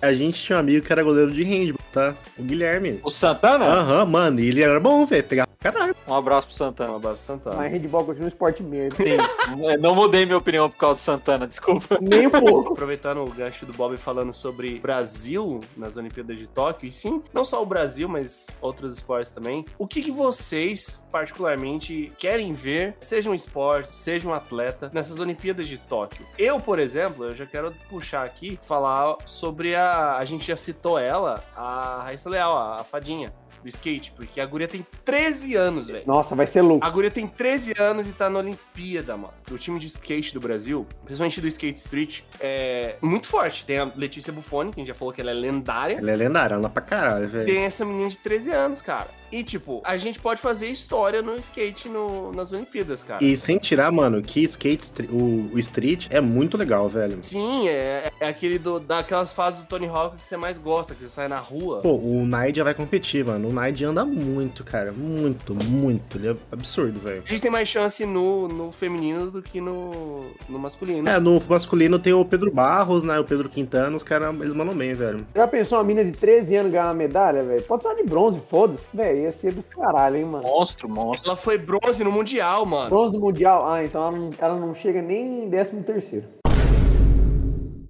[SPEAKER 2] A gente tinha um amigo que era goleiro de handball, tá? O Guilherme.
[SPEAKER 4] O Santana?
[SPEAKER 2] Aham, mano. E ele era bom, velho. Pegava pra caralho.
[SPEAKER 4] Um abraço pro
[SPEAKER 1] Um
[SPEAKER 4] Santana.
[SPEAKER 1] abraço Santana.
[SPEAKER 3] Mas handball continua um esporte merda.
[SPEAKER 4] Sim, eu não mudei minha opinião por causa do Santana, desculpa.
[SPEAKER 3] Nem um pouco.
[SPEAKER 1] Aproveitando o gancho do Bob falando sobre Brasil nas Olimpíadas de Tóquio, e sim, não só o Brasil, mas outros esportes também. O que, que vocês, particularmente, querem ver, seja um esporte, seja um atleta, nessas Olimpíadas de Tóquio? Eu, por exemplo, eu já quero puxar aqui, falar sobre a. A gente já citou ela, a Raíssa Leal, a, a fadinha do skate, porque a guria tem 13 anos, velho.
[SPEAKER 3] Nossa, vai ser louco.
[SPEAKER 1] A guria tem 13 anos e tá na Olimpíada, mano. O time de skate do Brasil, principalmente do Skate Street, é muito forte. Tem a Letícia Buffoni, que a gente já falou que ela é lendária.
[SPEAKER 2] Ele é lendário, ela pra caralho, velho.
[SPEAKER 1] Tem essa menina de 13 anos, cara. E, tipo, a gente pode fazer história no skate no- nas Olimpíadas, cara.
[SPEAKER 2] E sem tirar, mano, que skate, stre- o, o street é muito legal, velho.
[SPEAKER 1] Sim, é, é aquele do, daquelas fases do Tony Hawk que você mais gosta, que você sai na rua.
[SPEAKER 2] Pô, o Naid já vai competir, mano. O Naid anda muito, cara. Muito, muito. Ele é absurdo, velho.
[SPEAKER 1] A gente tem mais chance no, no feminino do que no, no masculino.
[SPEAKER 2] É, no masculino tem o Pedro Barros, né? O Pedro Quintana, os caras, eles mandam bem, velho.
[SPEAKER 3] Já pensou uma mina de 13 anos ganhar uma medalha, velho? Pode ser uma de bronze, foda-se. Velho, ia ser do caralho, hein, mano.
[SPEAKER 4] Monstro, monstro.
[SPEAKER 1] Ela foi bronze no Mundial, mano.
[SPEAKER 3] Bronze do Mundial. Ah, então ela não, ela não chega nem em 13 terceiro.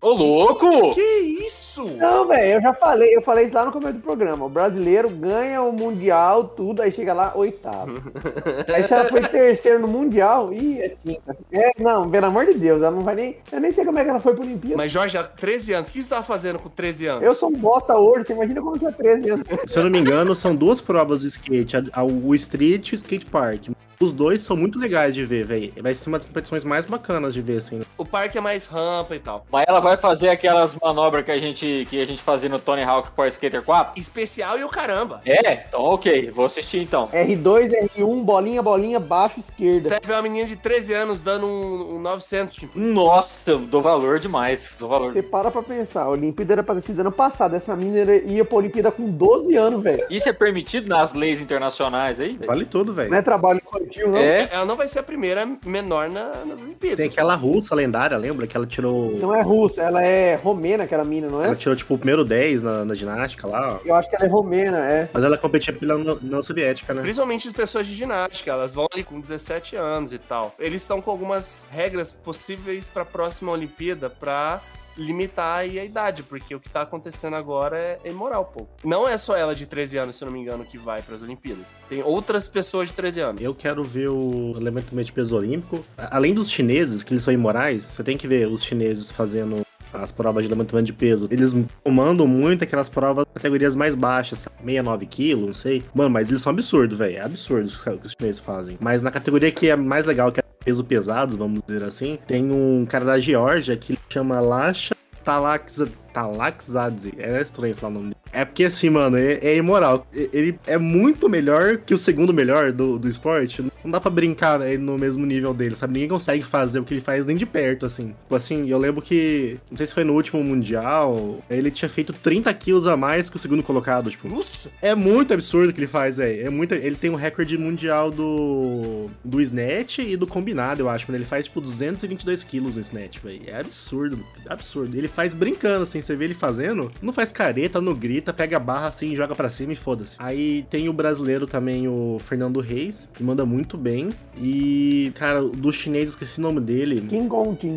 [SPEAKER 4] Ô, louco!
[SPEAKER 1] Que isso?
[SPEAKER 3] Não, velho, eu já falei, eu falei isso lá no começo do programa. O brasileiro ganha o Mundial, tudo, aí chega lá, oitavo. aí se ela foi terceiro no Mundial, ih, é quinta. É, não, pelo amor de Deus, ela não vai nem. Eu nem sei como é que ela foi pro Olimpíada.
[SPEAKER 1] Mas, Jorge, ela- 13 anos. O que você tava fazendo com 13 anos?
[SPEAKER 3] Eu sou um bosta hoje, você imagina como eu tinha 13 anos.
[SPEAKER 2] Se eu não me engano, são duas provas do skate: a- a- o street e o skate park. Os dois são muito legais de ver, velho. Vai ser uma das competições mais bacanas de ver, assim.
[SPEAKER 1] O parque é mais rampa e tal.
[SPEAKER 4] Mas ela vai fazer aquelas manobras que a gente, que a gente fazia no Tony Hawk Pro Skater 4?
[SPEAKER 1] Especial e o caramba.
[SPEAKER 4] É, então ok, vou assistir então.
[SPEAKER 3] R2, R1, bolinha, bolinha, baixo, esquerda.
[SPEAKER 1] Você vê uma menina de 13 anos dando um, um 900, tipo.
[SPEAKER 4] Nossa, eu dou valor demais, dou valor.
[SPEAKER 3] Você para pra pensar, a Olimpíada era pra ter sido ano passado, essa mina era- ia pra Olimpíada com 12 anos, velho.
[SPEAKER 4] Isso é permitido nas leis internacionais aí? velho?
[SPEAKER 2] Vale tudo, velho.
[SPEAKER 3] Não é trabalho infantil, não?
[SPEAKER 4] É,
[SPEAKER 1] Ela não vai ser a primeira menor na, nas Olimpíadas.
[SPEAKER 2] Tem aquela russa lendária, lembra? Que ela tirou.
[SPEAKER 3] Não é russa, ela é romena, aquela mina, não
[SPEAKER 2] Ela
[SPEAKER 3] é?
[SPEAKER 2] tirou, tipo, o primeiro 10 na, na ginástica lá. ó.
[SPEAKER 3] Eu acho que ela é romena, é.
[SPEAKER 2] Mas ela competia pela União União Soviética, né?
[SPEAKER 1] Principalmente as pessoas de ginástica, elas vão ali com 17 anos e tal. Eles estão com algumas regras possíveis para a próxima Olimpíada para limitar aí a idade, porque o que tá acontecendo agora é é imoral, pô. Não é só ela de 13 anos, se eu não me engano, que vai para as Olimpíadas. Tem outras pessoas de 13 anos.
[SPEAKER 2] Eu quero ver o elemento meio de peso olímpico. A- Além dos chineses, que eles são imorais, você tem que ver os chineses fazendo as provas de levantamento de peso. Eles comandam muito aquelas provas categorias mais baixas, sabe? 69 quilos, não sei. Mano, mas eles são absurdos, velho. É absurdo o que os chineses fazem. Mas na categoria que é mais legal, que é peso pesado, vamos dizer assim, tem um cara da Geórgia que ele chama Lasha Talaxa- Talaxadze. É estranho falar o nome dele. É porque assim, mano, é, é imoral. E- Ele é muito melhor que o segundo melhor do, do esporte. Não dá pra brincar né, no mesmo nível dele, sabe? Ninguém consegue fazer o que ele faz nem de perto, assim. Tipo assim, eu lembro que, não sei se foi no último Mundial, ele tinha feito 30 quilos a mais que o segundo colocado, tipo.
[SPEAKER 1] Nossa!
[SPEAKER 2] É muito absurdo o que ele faz, aí. É muito, ele tem um recorde mundial do do snatch e do combinado, eu acho. Quando ele faz tipo 222 quilos no snatch, velho. É absurdo, absurdo. Ele faz brincando, assim. Você vê ele fazendo, não faz careta, não grita, pega a barra assim, joga pra cima e foda-se. Aí tem o brasileiro também, o Fernando Reis, que manda muito bem. E cara, do chinês, eu esqueci o nome dele
[SPEAKER 3] Kim Gong Kim.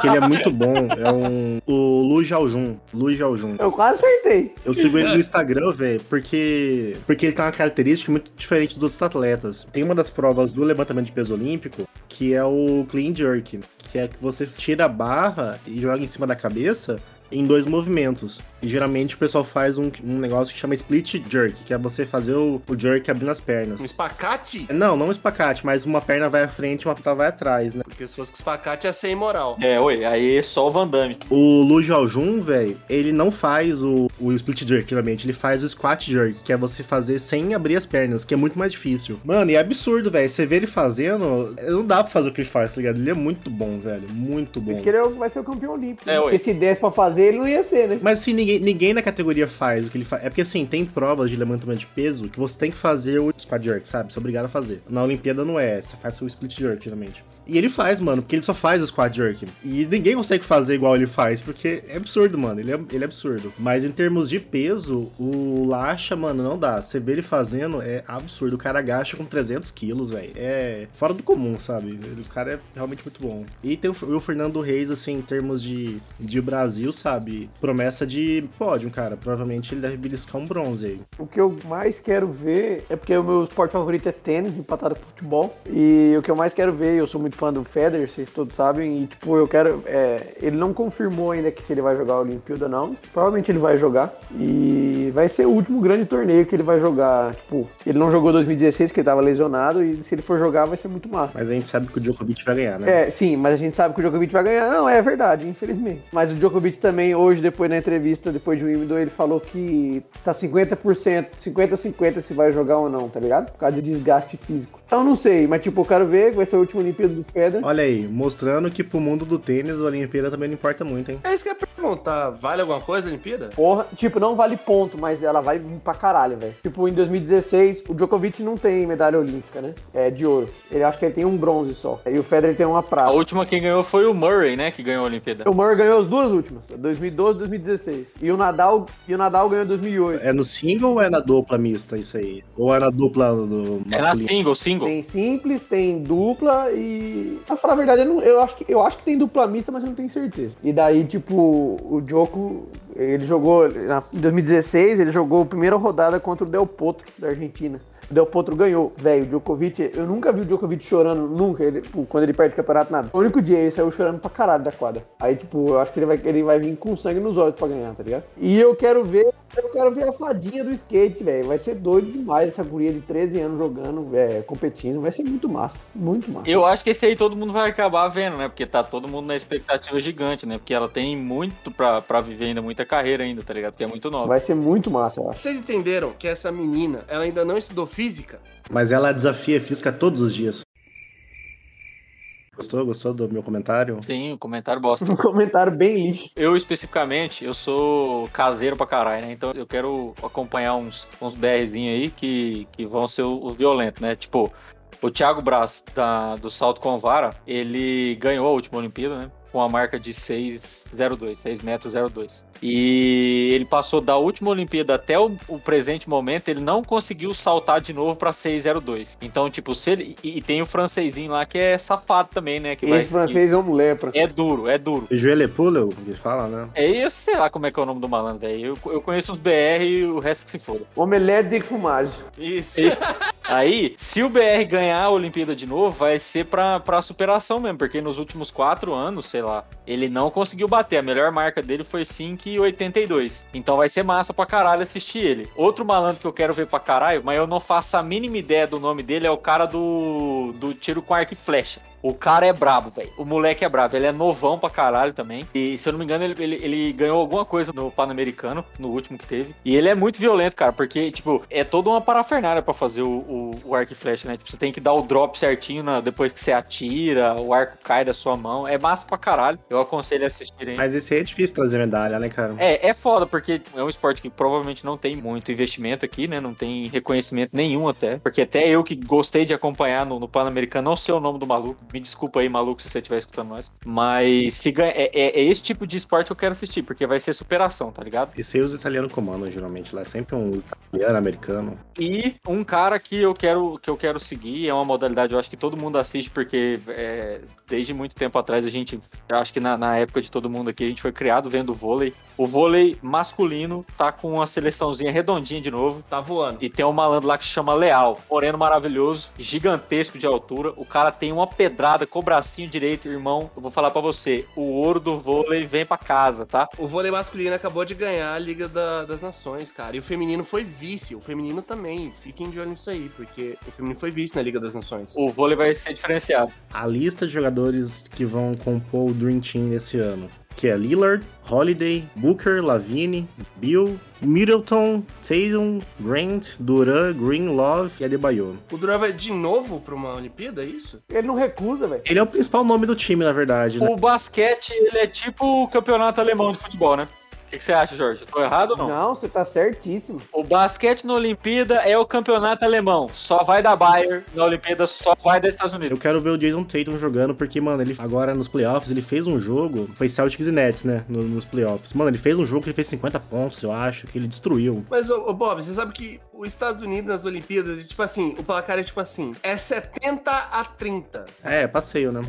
[SPEAKER 2] que ele é muito bom. É um. O Lu Jaojun. Lu Jaojun.
[SPEAKER 3] Eu quase acertei.
[SPEAKER 2] Eu sigo ele no Instagram, velho, porque. Porque ele tem uma característica muito diferente dos outros atletas. Tem uma das provas do levantamento de peso olímpico, que é o Clean Jerk, que é que você tira a barra e joga em cima da cabeça. Em dois movimentos. E geralmente o pessoal faz um, um negócio que chama split jerk, que é você fazer o, o jerk abrindo as pernas.
[SPEAKER 1] Um espacate?
[SPEAKER 2] Não, não um espacate, mas uma perna vai à frente e uma perna vai atrás, né?
[SPEAKER 1] Porque se fosse com espacate ia ser imoral.
[SPEAKER 4] é, oi, aí é só o Van Damme.
[SPEAKER 2] O Lu Jaojun, velho, ele não faz o, o split jerk, geralmente. Ele faz o squat jerk, que é você fazer sem abrir as pernas, que é muito mais difícil. Mano, e é absurdo, velho. Você vê ele fazendo, não dá pra fazer o que ele faz, tá ligado? Ele é muito bom, velho. Muito
[SPEAKER 3] Por
[SPEAKER 2] bom.
[SPEAKER 3] isso que ele é o- vai ser o campeão olímpico.
[SPEAKER 4] É,
[SPEAKER 3] né?
[SPEAKER 4] ué.
[SPEAKER 3] Porque se desse pra fazer, ele não ia ser, né?
[SPEAKER 2] Mas assim, ninguém, ninguém na categoria faz o que ele faz. É porque assim, tem provas de levantamento de peso que você tem que fazer o squat jerk, sabe? Você é obrigado a fazer. Na Olimpíada não é, você faz o split jerk, geralmente. E ele faz, mano, porque ele só faz o squat jerk. E ninguém consegue fazer igual ele faz, porque é absurdo, mano. Ele é, ele é absurdo. Mas em termos de peso, o Lacha, mano, não dá. Você vê ele fazendo, é absurdo. O cara agacha com 300 quilos, velho. É fora do comum, sabe? Ele- O cara é realmente muito bom. E tem o, F- o Fernando Reis, assim, em termos de, de Brasil, sabe? Promessa de pódio, cara. Provavelmente ele deve beliscar um bronze aí.
[SPEAKER 3] O que eu mais quero ver é porque o meu esporte favorito é tênis, empatado com futebol. E o que eu mais quero ver, eu sou muito fã do Federer, vocês todos sabem. E tipo, eu quero. é, ele não confirmou ainda que se ele vai jogar a Olimpíada ou não. Provavelmente ele vai jogar. E vai ser o último grande torneio que ele vai jogar. Tipo, ele não jogou 2016 porque ele tava lesionado. E se ele for jogar, vai ser muito massa.
[SPEAKER 2] Mas a gente sabe que o Djokovic vai ganhar, né?
[SPEAKER 3] É, sim, mas a gente sabe que o Djokovic vai ganhar. Não, é verdade, infelizmente. Mas o Djokovic também, hoje, depois na entrevista, depois de Wimbledon, ele falou que tá 50%, 50-50 se vai jogar ou não, tá ligado? Por causa de desgaste físico. Então não sei, mas tipo, eu quero ver, vai ser o último Olimpíada do Federer.
[SPEAKER 2] Olha aí, mostrando que pro mundo do tênis, a Olimpíada também não importa muito, hein?
[SPEAKER 1] É isso que eu ia perguntar. Vale alguma coisa a Olimpíada?
[SPEAKER 3] Porra, tipo, não vale ponto, mas ela vale pra caralho, velho. Tipo, em 2016, o Djokovic não tem medalha olímpica, né? É de ouro. Ele acho que ele tem um bronze só. E o Federer tem uma
[SPEAKER 4] A
[SPEAKER 3] prata.
[SPEAKER 4] última quem ganhou foi o Murray, né, que ganhou a Olimpíada.
[SPEAKER 3] O Murray ganhou as duas últimas, 2012 e 2016. E o Nadal, e o Nadal ganhou em 2008.
[SPEAKER 2] É no single ou é na dupla mista isso aí? Ou é na dupla do
[SPEAKER 4] É na single, single.
[SPEAKER 3] Tem simples, tem dupla e. Pra falar a verdade, eu, não- eu acho, que, eu acho que tem dupla mista, mas eu não tenho certeza. E daí, tipo, o Djoko, ele jogou. na- em 2016, ele jogou a primeira rodada contra o Del Potro, da Argentina. O Del Potro ganhou, velho. O Djokovic, eu nunca vi o Djokovic chorando, nunca, ele, tipo, quando ele perde o campeonato, nada. O único dia ele saiu chorando pra caralho da quadra. Aí, tipo, eu acho que ele vai, ele vai vir com sangue nos olhos pra ganhar, tá ligado? E eu quero ver Eu quero ver a fadinha do skate, velho. Vai ser doido demais essa guria de 13 anos jogando, velho, competindo. Vai ser muito massa. Muito massa.
[SPEAKER 4] Eu acho que esse aí todo mundo vai acabar vendo, né? Porque tá todo mundo na expectativa gigante, né? Porque ela tem muito pra, pra viver ainda, muita carreira ainda, tá ligado? Porque é muito nova.
[SPEAKER 3] Vai ser muito massa, eu acho.
[SPEAKER 1] Vocês entenderam que essa menina, ela ainda não estudou física?
[SPEAKER 2] Mas ela desafia física todos os dias. Gostou? Gostou do meu comentário?
[SPEAKER 4] Sim, o comentário bosta.
[SPEAKER 3] Um comentário bem lixo.
[SPEAKER 4] Eu, especificamente, eu sou caseiro pra caralho, né? Então eu quero acompanhar uns, uns BRzinhos aí que, que vão ser os violentos, né? Tipo, o Thiago Braz, da, do Salto com Vara, ele ganhou a última Olimpíada, né? Com a marca de 6,02, 6 metros 02. E ele passou da última Olimpíada até o, o presente momento, ele não conseguiu saltar de novo pra 6,02. Então, tipo, se ele. E, e tem o francesinho lá que é safado também, né? Que vai-
[SPEAKER 3] Esse francês é um lepra.
[SPEAKER 4] que É duro, é duro.
[SPEAKER 2] Joelho Pula, que fala, né?
[SPEAKER 4] É, eu sei lá como é que é o nome do malandro, velho. Eu, eu conheço os BR e o resto que se foda.
[SPEAKER 3] Omelete é de fumagem.
[SPEAKER 1] Isso.
[SPEAKER 4] Aí, se o BR ganhar a Olimpíada de novo, vai ser pra, pra superação mesmo, porque nos últimos quatro anos, sei lá, ele não conseguiu bater. A melhor marca dele foi 5,82. Então vai ser massa pra caralho assistir ele. Outro malandro que eu quero ver pra caralho, mas eu não faço a mínima ideia do nome dele, é o cara do, do tiro com arco e flecha. O cara é brabo, velho. O moleque é brabo. Ele é novão pra caralho também. E se eu não me engano, ele, ele, ele ganhou alguma coisa no Pan-Americano, no último que teve. E ele é muito violento, cara, porque, tipo, é toda uma parafernália pra fazer o, o, o arco e flecha, né? Tipo, você tem que dar o drop certinho na- depois que você atira, o arco cai da sua mão. É massa pra caralho. Eu aconselho a assistirem.
[SPEAKER 2] Mas esse aí é difícil trazer medalha, né, cara?
[SPEAKER 4] É, é foda, porque é um esporte que provavelmente não tem muito investimento aqui, né? Não tem reconhecimento nenhum até. Porque até eu que gostei de acompanhar no, no Pan-Americano, não sei o nome do maluco. Me desculpa aí, maluco, se você estiver escutando nós. Mas se ganha- é, é- é esse tipo de esporte que eu quero assistir, porque vai ser superação, tá ligado?
[SPEAKER 2] Esse aí os italianos comandam, geralmente. Lá é sempre um italiano, americano.
[SPEAKER 4] E um cara que eu quero que eu quero seguir, é uma modalidade, eu acho que todo mundo assiste, porque é, desde muito tempo atrás a gente, eu acho que na, na época de todo mundo aqui, a gente foi criado vendo vôlei. O vôlei masculino tá com uma seleçãozinha redondinha de novo.
[SPEAKER 1] Tá voando.
[SPEAKER 4] E tem um malandro lá que chama Leal. Moreno maravilhoso, gigantesco de altura. O cara tem uma pedrada com o bracinho direito, irmão. Eu vou falar pra você: o ouro do vôlei vem pra casa, tá?
[SPEAKER 1] O vôlei masculino acabou de ganhar a Liga da- das Nações, cara. E o feminino foi vice. O feminino também. Fiquem de olho nisso aí, porque o feminino foi vice na Liga das Nações.
[SPEAKER 4] O vôlei vai ser diferenciado.
[SPEAKER 2] A lista de jogadores que vão compor o Dream Team esse ano. Que é Lillard, Holiday, Booker, Lavine, Bill, Middleton, Tatum, Grant, Duran, Greenlove e Adebayo.
[SPEAKER 1] O Duran vai de novo pra uma Olimpíada, é isso?
[SPEAKER 3] Ele não recusa, velho.
[SPEAKER 2] Ele é o principal nome do time, na verdade, né?
[SPEAKER 4] O basquete, ele é tipo o campeonato alemão de futebol, né? O que, que você acha, Jorge? Tô errado ou não?
[SPEAKER 3] Não, você tá certíssimo.
[SPEAKER 4] O basquete na Olimpíada é o campeonato alemão. Só vai da Bayern, na Olimpíada só vai dos Estados Unidos.
[SPEAKER 2] Eu quero ver o Jason Tatum jogando, porque, mano, ele agora nos playoffs, ele fez um jogo. Foi Celtics e Nets, né? no- Nos playoffs. Mano, ele fez um jogo que ele fez 50 pontos, eu acho, que ele destruiu.
[SPEAKER 1] Mas, ô, ô, Bob, você sabe que os Estados Unidos nas Olimpíadas, é tipo assim, o placar é tipo assim, é 70 a 30.
[SPEAKER 2] É, passeio, né?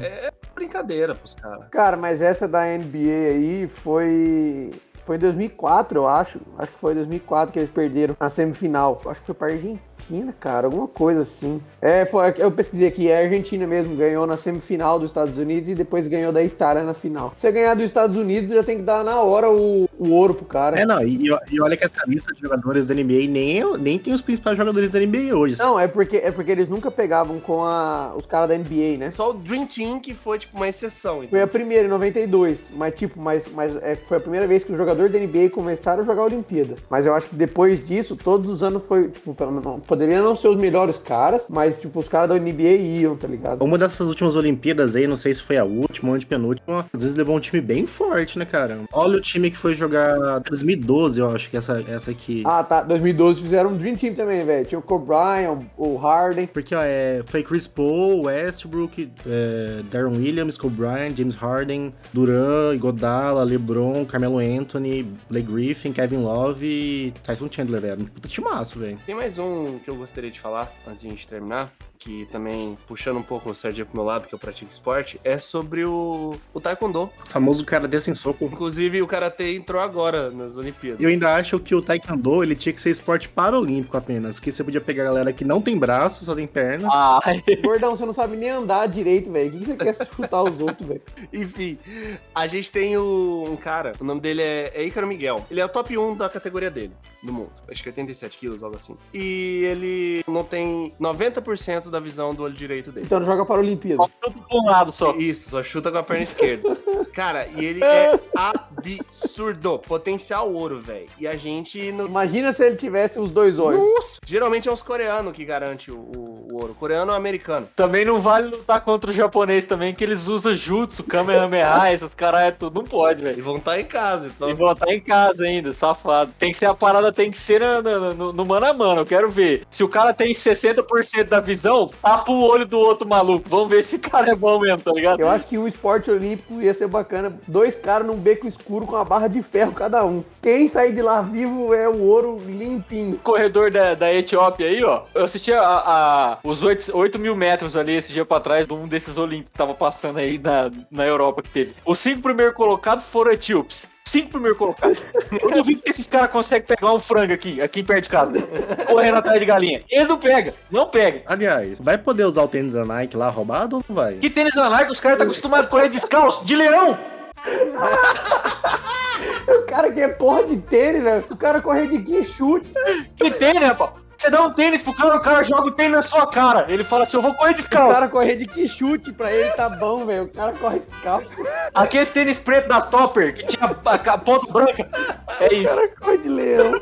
[SPEAKER 1] Brincadeira pros caras.
[SPEAKER 3] Cara, mas essa da NBA aí foi. Foi em 2004, eu acho. Acho que foi em 2004 que eles perderam na semifinal. Acho que foi pra Argentina, cara. Alguma coisa assim. É, foi, eu pesquisei aqui. É a Argentina mesmo. Ganhou na semifinal dos Estados Unidos e depois ganhou da Itália na final. Se você ganhar dos Estados Unidos, já tem que dar na hora o, o ouro pro cara.
[SPEAKER 2] É, não, e, e olha que essa lista de jogadores da NBA nem, é- nem tem os principais jogadores da NBA hoje.
[SPEAKER 3] Não, é porque, é porque eles nunca pegavam com a, os caras da NBA, né?
[SPEAKER 1] É Só o Dream Team que foi, tipo, uma exceção.
[SPEAKER 3] Foi
[SPEAKER 1] entendeu?
[SPEAKER 3] a primeira, em 92. Mas, tipo, mas, mas é, foi a primeira vez que os jogadores da NBA começaram a jogar a Olimpíada. Mas eu acho que depois disso, todos os anos foi, tipo, pelo menos. não- Poderia não ser os melhores caras, mas, tipo, os caras da NBA iam, tá ligado?
[SPEAKER 2] Uma dessas últimas Olimpíadas aí, não sei se foi a última ou a antepenúltima, às vezes levou um time bem forte, né, cara? Olha o time que foi jogar 2012, eu acho que essa, essa aqui.
[SPEAKER 3] Ah, tá. 2012 fizeram um Dream Team também, velho. Tinha o Kobe Bryant, o Harden.
[SPEAKER 2] Porque ó, é, foi Chris Paul, Westbrook, é, Darren Williams, Kobe Bryant, James Harden, Duran, Godala, LeBron, Carmelo Anthony, Blake Griffin, Kevin Love e Tyson Chandler, velho. Um Puta timaço, velho.
[SPEAKER 1] Tem mais um que eu gostaria de falar antes de a gente terminar. que também, puxando um pouco o Sérgio pro meu lado, que eu pratico esporte, é sobre o, o Taekwondo.
[SPEAKER 2] Famoso cara desse em soco.
[SPEAKER 1] Inclusive, o Karatê entrou agora nas Olimpíadas.
[SPEAKER 2] Eu ainda acho que o taekwondo, ele tinha que ser esporte paralímpico apenas, que você podia pegar a galera que não tem braço, só tem perna.
[SPEAKER 4] Ah,
[SPEAKER 3] Gordão, você não sabe nem andar direito, velho. O que que você quer se chutar os outros, velho?
[SPEAKER 1] Enfim, a gente tem o, um cara, o nome dele é, é Ícaro Miguel. Ele é o top 1 da categoria dele, do mundo. Acho que é 87 quilos, algo assim. E ele não tem 90% da visão do olho direito dele.
[SPEAKER 3] Então não joga para a Olimpíada.
[SPEAKER 4] tanto pra um lado só.
[SPEAKER 1] Isso, só chuta com a perna esquerda. Cara, e ele é absurdo. Potencial ouro, velho. E a gente não.
[SPEAKER 3] Imagina se ele tivesse os dois olhos.
[SPEAKER 1] Nossa! Geralmente é os coreanos que garante o, o- o ouro. Coreano ou americano.
[SPEAKER 4] Também não vale lutar contra o japonês também, que eles usam jutsu, kamehameha, esses caras é tudo. Não pode,
[SPEAKER 1] E
[SPEAKER 4] velho.
[SPEAKER 1] vão estar em casa. Então...
[SPEAKER 4] E voltar em casa ainda, safado. Tem que ser a parada, tem que ser na- na- no, no mano a mano. Eu quero ver. Se o cara tem 60% da visão, tapa o olho do outro maluco. Vamos ver se o cara é bom mesmo, tá ligado?
[SPEAKER 3] Eu acho que o esporte olímpico ia ser bacana. Dois caras num beco escuro com uma barra de ferro cada um. Quem sair de lá vivo é o ouro limpinho.
[SPEAKER 4] corredor da, da Etiópia aí, ó. Eu assisti a, a- os 8, mil metros ali esse dia pra trás de um desses Olímpicos que tava passando aí na, na Europa que teve. Os cinco primeiros colocados foram etíopes. Cinco primeiros colocados. Eu duvido que esses caras conseguem pegar um frango aqui, aqui perto de casa. Correndo atrás de galinha. Eles não pegam, não pegam.
[SPEAKER 2] Aliás, vai poder usar o tênis da Nike lá roubado ou não vai?
[SPEAKER 4] Que tênis na Nike, os caras tá acostumados a correr descalço, de leão.
[SPEAKER 3] O cara que é porra de tênis, velho. O cara corre de que chute.
[SPEAKER 4] Que tênis, rapaz? Você dá um tênis pro cara, o cara joga o tênis na sua cara. Ele fala assim, eu vou correr
[SPEAKER 3] O
[SPEAKER 4] descalço.
[SPEAKER 3] cara correr de que chute pra ele tá bom, velho. O cara corre descalço.
[SPEAKER 4] Aqueles é tênis preto da Topper, que tinha a, a ponta branca. É
[SPEAKER 3] O
[SPEAKER 4] isso.
[SPEAKER 3] cara corre de leão.